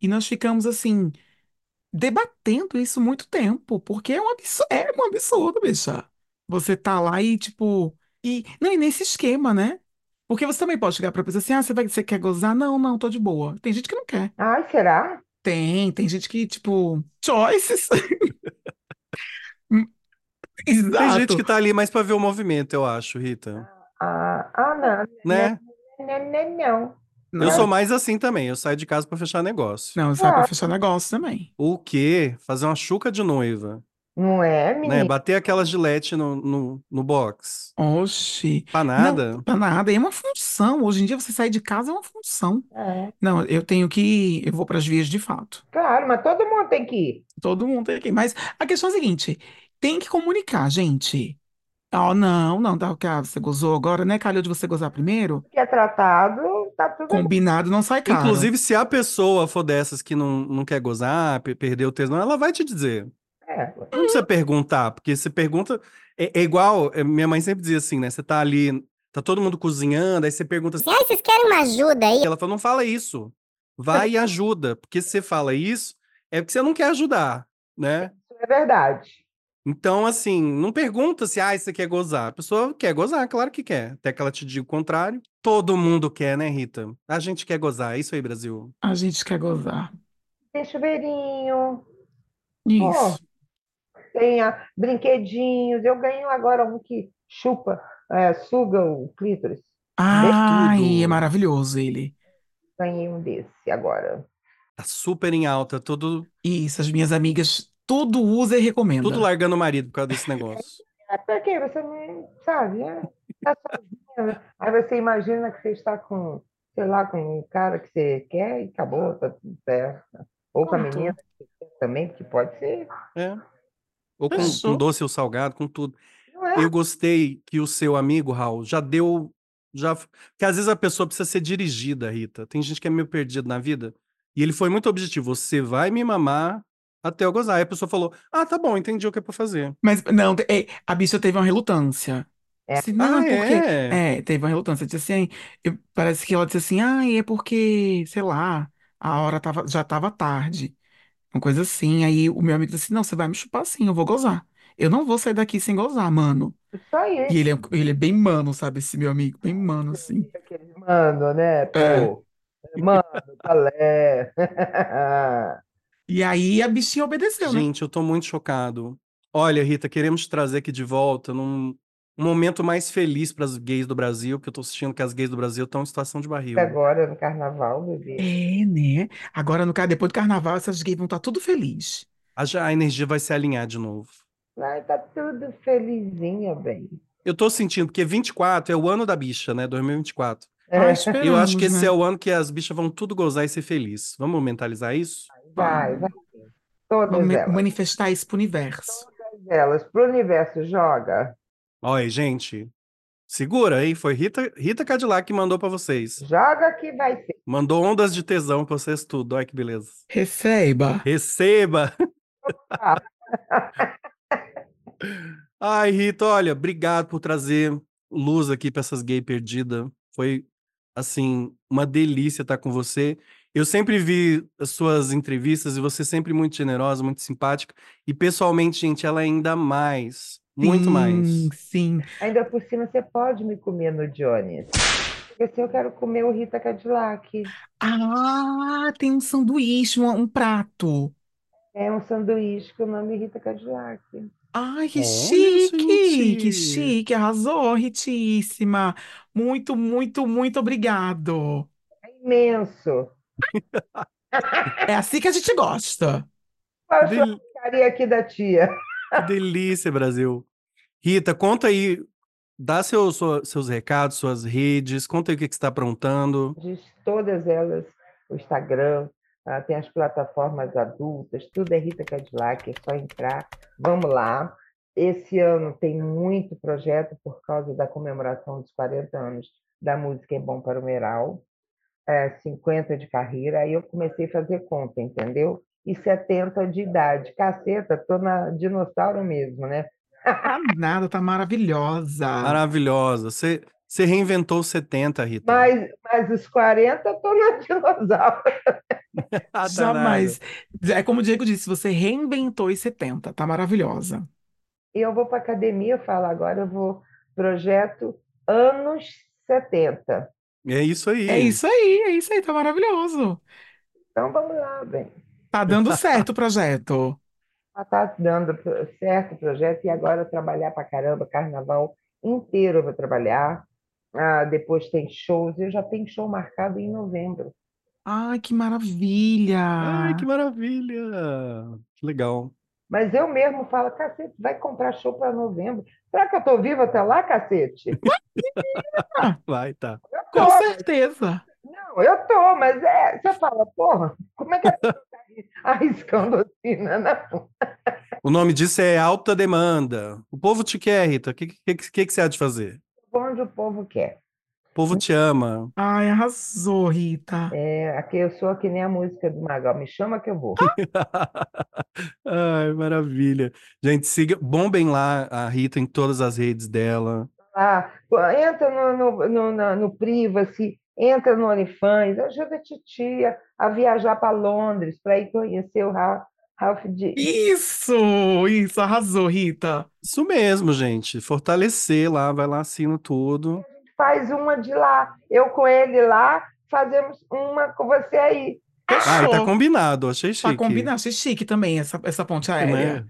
Speaker 2: e nós ficamos assim, debatendo isso muito tempo, porque é um absurdo, é um absurdo, bicha. Você tá lá e, tipo. E, não, e nesse esquema, né? Porque você também pode chegar pra pessoa assim, ah, você vai, você quer gozar? Não, não, tô de boa. Tem gente que não quer.
Speaker 3: Ai, será?
Speaker 2: Tem, tem gente que, tipo, choices. [laughs] Hum,
Speaker 1: Tem gente
Speaker 2: Exato.
Speaker 1: que tá ali mais pra ver o movimento, eu acho, Rita.
Speaker 3: Ah, ah, não.
Speaker 2: é,
Speaker 1: Né?
Speaker 3: Não, não, não.
Speaker 1: Eu sou mais assim também, eu saio de casa pra fechar negócio.
Speaker 2: Não, é
Speaker 3: saio pra fechar
Speaker 2: negócio também.
Speaker 1: O quê? Fazer uma chuca de noiva,
Speaker 3: Não é,
Speaker 1: né?
Speaker 3: menino?
Speaker 1: Bater aquela gilete no, no, no box.
Speaker 2: Oxi.
Speaker 1: Pra nada?
Speaker 2: Não, pra nada. É uma função. Hoje em dia você sair de casa é uma função.
Speaker 3: É.
Speaker 2: Não, eu tenho que. Eu vou pras vias de fato.
Speaker 3: Claro, mas todo mundo tem que ir.
Speaker 2: Todo mundo tem que. Mas a questão é a seguinte: tem que comunicar, gente. Ó, não, não, tá, ah, você gozou agora, né? Calhou de você gozar primeiro?
Speaker 1: Tá
Speaker 3: Que é tratado, tá tudo bem.
Speaker 2: Combinado não sai caro.
Speaker 1: Inclusive, se a pessoa for dessas que não, não quer gozar, pe- perdeu o tesão, ela vai te dizer.
Speaker 3: É.
Speaker 1: Não precisa perguntar, porque se pergunta. É, é igual, é, minha mãe sempre dizia assim, né? Você tá ali, tá todo mundo cozinhando, aí você pergunta assim.
Speaker 7: Ai, vocês querem uma ajuda aí?
Speaker 1: Ela falou, não fala isso. Vai e ajuda. Porque se você fala isso, é porque você não quer ajudar, né?
Speaker 3: É verdade.
Speaker 1: Então, assim, não pergunta se, ah, você quer gozar. A pessoa quer gozar, claro que quer. Até que ela te diga o contrário. Todo mundo quer, né, Rita? A gente quer gozar. É isso aí, Brasil.
Speaker 2: A gente quer gozar.
Speaker 3: Tem chuveirinho.
Speaker 2: Isso.
Speaker 3: tem a- brinquedinhos. Eu ganho agora um que chupa, é, suga o clítoris.
Speaker 2: Ai, é maravilhoso ele.
Speaker 3: Ganhei um desse agora.
Speaker 1: Tá super em alta. Tudo,
Speaker 2: Isso, as minhas amigas, tudo usa e recomenda.
Speaker 1: tudo largando o marido por causa desse negócio.
Speaker 3: É pra quê? Você não sabe, né? Tá sozinha. Aí você imagina que você está com, sei lá, com um cara que você quer e acabou, tá tudo certo. Ou com a
Speaker 1: Pronto.
Speaker 3: menina que você quer também, que pode ser.
Speaker 1: É. Ou com,
Speaker 3: Fechou.
Speaker 1: com doce ou salgado, com tudo.
Speaker 3: Não é?
Speaker 1: Eu gostei que o seu amigo, Raul, já deu. Já... Porque às vezes a pessoa precisa ser dirigida, Rita. Tem gente que é meio perdida na vida. E ele foi muito objetivo. Você vai me mamar até eu gozar. Aí a pessoa falou: Ah, tá bom, entendi o que é pra fazer.
Speaker 2: Mas não, é, a bicha teve uma relutância. Disse, não,
Speaker 1: Ah,
Speaker 2: porque.
Speaker 1: é?
Speaker 2: É, teve uma relutância. Disse assim, eu- parece que ela disse assim, ah, é porque, sei lá, a hora tava, já tava tarde. Uma coisa assim. Aí o meu amigo disse, não, você vai me chupar sim, eu vou gozar. Eu não vou sair daqui sem gozar, mano.
Speaker 3: Isso aí.
Speaker 2: E ele é, ele é bem mano, sabe, esse meu amigo, bem mano, assim.
Speaker 3: Mano, né? Pô.
Speaker 2: É.
Speaker 3: Mano,
Speaker 2: [laughs]
Speaker 3: palé.
Speaker 2: E aí a bichinha obedeceu, né?
Speaker 1: Gente, eu tô muito chocado. Olha, Rita, queremos trazer aqui de volta num, um momento mais feliz para as gays do Brasil, que eu tô sentindo que as gays do Brasil estão em situação de barril.
Speaker 3: Agora no carnaval, bebê.
Speaker 2: É, né? Agora, no, ca- depois do carnaval, essas gays vão estar tudo feliz.
Speaker 1: A, ja- a energia vai se alinhar de novo.
Speaker 2: É.
Speaker 3: Ai, tá tudo felizinha, bem.
Speaker 1: Eu tô sentindo, porque 24 é o ano da bicha, né? 2024.
Speaker 3: É. Ah, esperamos,
Speaker 1: eu acho que esse
Speaker 3: né?
Speaker 1: é o ano que as bichas vão tudo gozar e ser feliz. Vamos mentalizar isso?
Speaker 3: Vai, vai. Todas
Speaker 2: Vamos
Speaker 3: elas.
Speaker 2: manifestar isso pro universo.
Speaker 3: Todas elas. Pro universo, joga.
Speaker 1: Olha, gente. Segura, hein? Foi Rita, Rita Cadillac que mandou pra vocês.
Speaker 3: Joga que vai ser.
Speaker 1: Mandou ondas de tesão pra vocês tudo. Olha que beleza.
Speaker 2: Receba.
Speaker 1: Receba! Ai, Rita, olha, obrigado por trazer luz aqui pra essas gay perdida. Foi, assim, uma delícia estar com você. Eu sempre vi as suas entrevistas e você sempre muito generosa, muito simpática. E pessoalmente, gente, ela é ainda mais. Muito mais.
Speaker 2: Sim.
Speaker 3: Ainda por cima, você pode me comer no Johnny's. Porque assim, eu quero comer o Rita Cadillac.
Speaker 2: Ah, tem um sanduíche, um, um prato.
Speaker 3: É um sanduíche com o nome é Rita Cadillac.
Speaker 2: Ai, que
Speaker 3: Olha,
Speaker 2: chique, que
Speaker 3: gente.
Speaker 2: chique, arrasou, ritíssima. Muito, muito, muito obrigado.
Speaker 3: É Imenso.
Speaker 2: É assim que a gente gosta.
Speaker 3: Qual a churrascaria aqui da tia?
Speaker 1: Que delícia, Brasil. Rita, conta aí, dá seu- sua- seus recados, suas redes, conta aí o que, que você está aprontando.
Speaker 3: Diz todas elas, o Instagram, ah, tem as plataformas adultas, tudo é Rita Cadillac, é só entrar. Vamos lá. Esse ano tem muito projeto por causa da comemoração dos 40 anos da música em Bom para o Meral, é, 50 de carreira, aí eu comecei a fazer conta, entendeu? E 70 de idade. Caceta, tô na dinossauro mesmo, né?
Speaker 2: Tá nada, tá maravilhosa.
Speaker 1: Maravilhosa. Você você reinventou os 70, Rita.
Speaker 3: Mas, mas os 40 eu tô na [laughs] dinossauro.
Speaker 1: Ah, tá
Speaker 2: Jamais. É como o Diego disse, você reinventou os 70, tá maravilhosa.
Speaker 3: E eu vou para academia, eu falo agora, eu vou projeto anos 70.
Speaker 1: É isso aí.
Speaker 2: É isso aí, é isso aí, tá maravilhoso.
Speaker 3: Então vamos lá, bem.
Speaker 2: Tá
Speaker 1: [laughs]
Speaker 2: dando certo o projeto.
Speaker 3: Está tá dando pro- certo o projeto e agora trabalhar para caramba, carnaval inteiro eu vou trabalhar. Ah, depois tem shows, eu já tenho show marcado em novembro.
Speaker 2: Ai, que maravilha.
Speaker 1: Ai, que maravilha. Que legal.
Speaker 3: Mas eu mesmo falo, cacete, vai comprar show para novembro. Será que eu estou viva até lá, cacete?
Speaker 1: Vai, tá.
Speaker 2: [laughs] Com certeza.
Speaker 3: Não, eu tô, mas é, você fala, porra, como é que a gente tá [laughs] arriscando assim, né? Não.
Speaker 1: O nome disso é alta demanda. O povo te quer, Rita. O que, que, que, que você há de fazer?
Speaker 3: Onde o povo quer.
Speaker 1: O povo te ama.
Speaker 2: Ai, arrasou, Rita.
Speaker 3: É, aqui eu sou que nem a música do Magal, me chama que eu vou.
Speaker 1: Ai, maravilha. Gente, siga, bombem lá a Rita em todas as redes dela.
Speaker 3: Ah, entra no, no, no, na- no Privacy, entra no OnlyFans, ajuda a titia a viajar para Londres para ir conhecer o Ra- Ralph D.
Speaker 2: Isso, isso, arrasou, Rita.
Speaker 1: Isso mesmo, gente. Fortalecer lá, vai lá, assina tudo.
Speaker 3: Faz uma de lá, eu com ele lá, fazemos uma com você aí.
Speaker 1: Ai, tá combinado, achei
Speaker 2: Pra
Speaker 1: chique. é
Speaker 2: combinar, achei chique também essa, essa ponte aérea.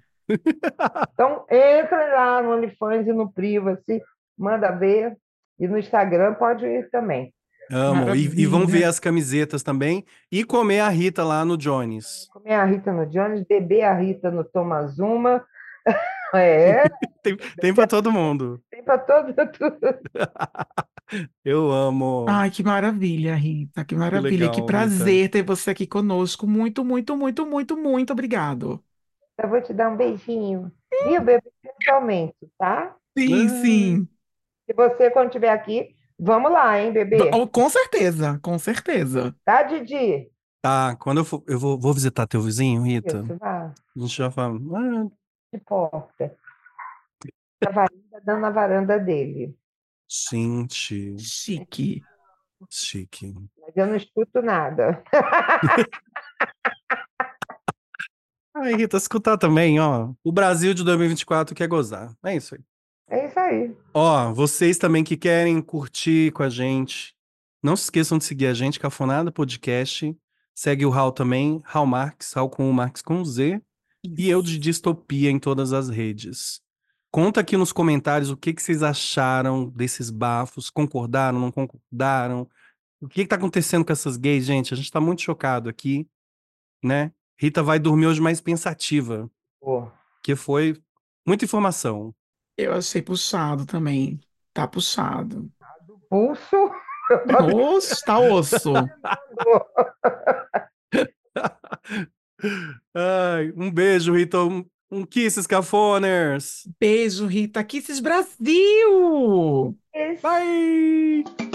Speaker 3: Então, entra lá no OnlyFans e no Privacy, manda ver. E no Instagram pode ir também.
Speaker 1: Amo. E, e vão
Speaker 3: Maravilha.
Speaker 1: ver as camisetas também e comer a Rita lá no Johnny's.
Speaker 3: Comer é a Rita no Jones, beber a Rita no Tomazuma. [laughs] É,
Speaker 1: Tem, tem para todo mundo.
Speaker 3: tem para todo [laughs] tudo.
Speaker 1: Eu amo.
Speaker 3: Ah.
Speaker 2: Ai, que maravilha, Rita, que maravilha,
Speaker 1: legal,
Speaker 2: que
Speaker 1: Rita.
Speaker 2: prazer ter você aqui conosco. Muito, muito, muito, muito, muito obrigado.
Speaker 3: Eu vou te dar um beijinho. Viu, bebê? Pessoalmente, tá?
Speaker 1: Ah.
Speaker 2: Sim, sim.
Speaker 3: Se você, quando estiver aqui, vamos lá, hein, bebê?
Speaker 2: Oh, Com certeza, com certeza.
Speaker 3: Tá, Didi?
Speaker 1: Tá, quando eu for, eu vou, vou visitar teu vizinho, Rita.
Speaker 3: Isso, vá.
Speaker 1: A gente já fala. "Ah,
Speaker 3: De porta. A varanda dando na varanda dele.
Speaker 1: gente,
Speaker 2: Chique.
Speaker 1: chique.
Speaker 3: Mas eu não escuto nada.
Speaker 1: Ai, Rita, escutar também, ó. O Brasil de 2024 quer gozar. É isso aí.
Speaker 3: É isso aí.
Speaker 1: Ó, vocês também que querem curtir com a gente, não se esqueçam de seguir a gente, Cafonada Podcast. Segue o Raul também, Raul Marx, Raul com o Marx com o Z. E eu de Distopia em todas as redes. Conta aqui nos comentários o que, que vocês acharam desses bafos. Concordaram, não concordaram? O que, que tá acontecendo com essas gays, gente? A gente tá muito chocado aqui, né? Rita vai dormir hoje mais pensativa. Que foi muita informação.
Speaker 2: Eu achei puxado também. Tá puxado.
Speaker 3: Pulso?
Speaker 2: Osso, tá osso.
Speaker 1: Ai, um beijo, Rita. Um, um kisses, cafoners.
Speaker 2: Beijo, Rita. Kisses Brasil!
Speaker 3: Beijo.
Speaker 2: Bye!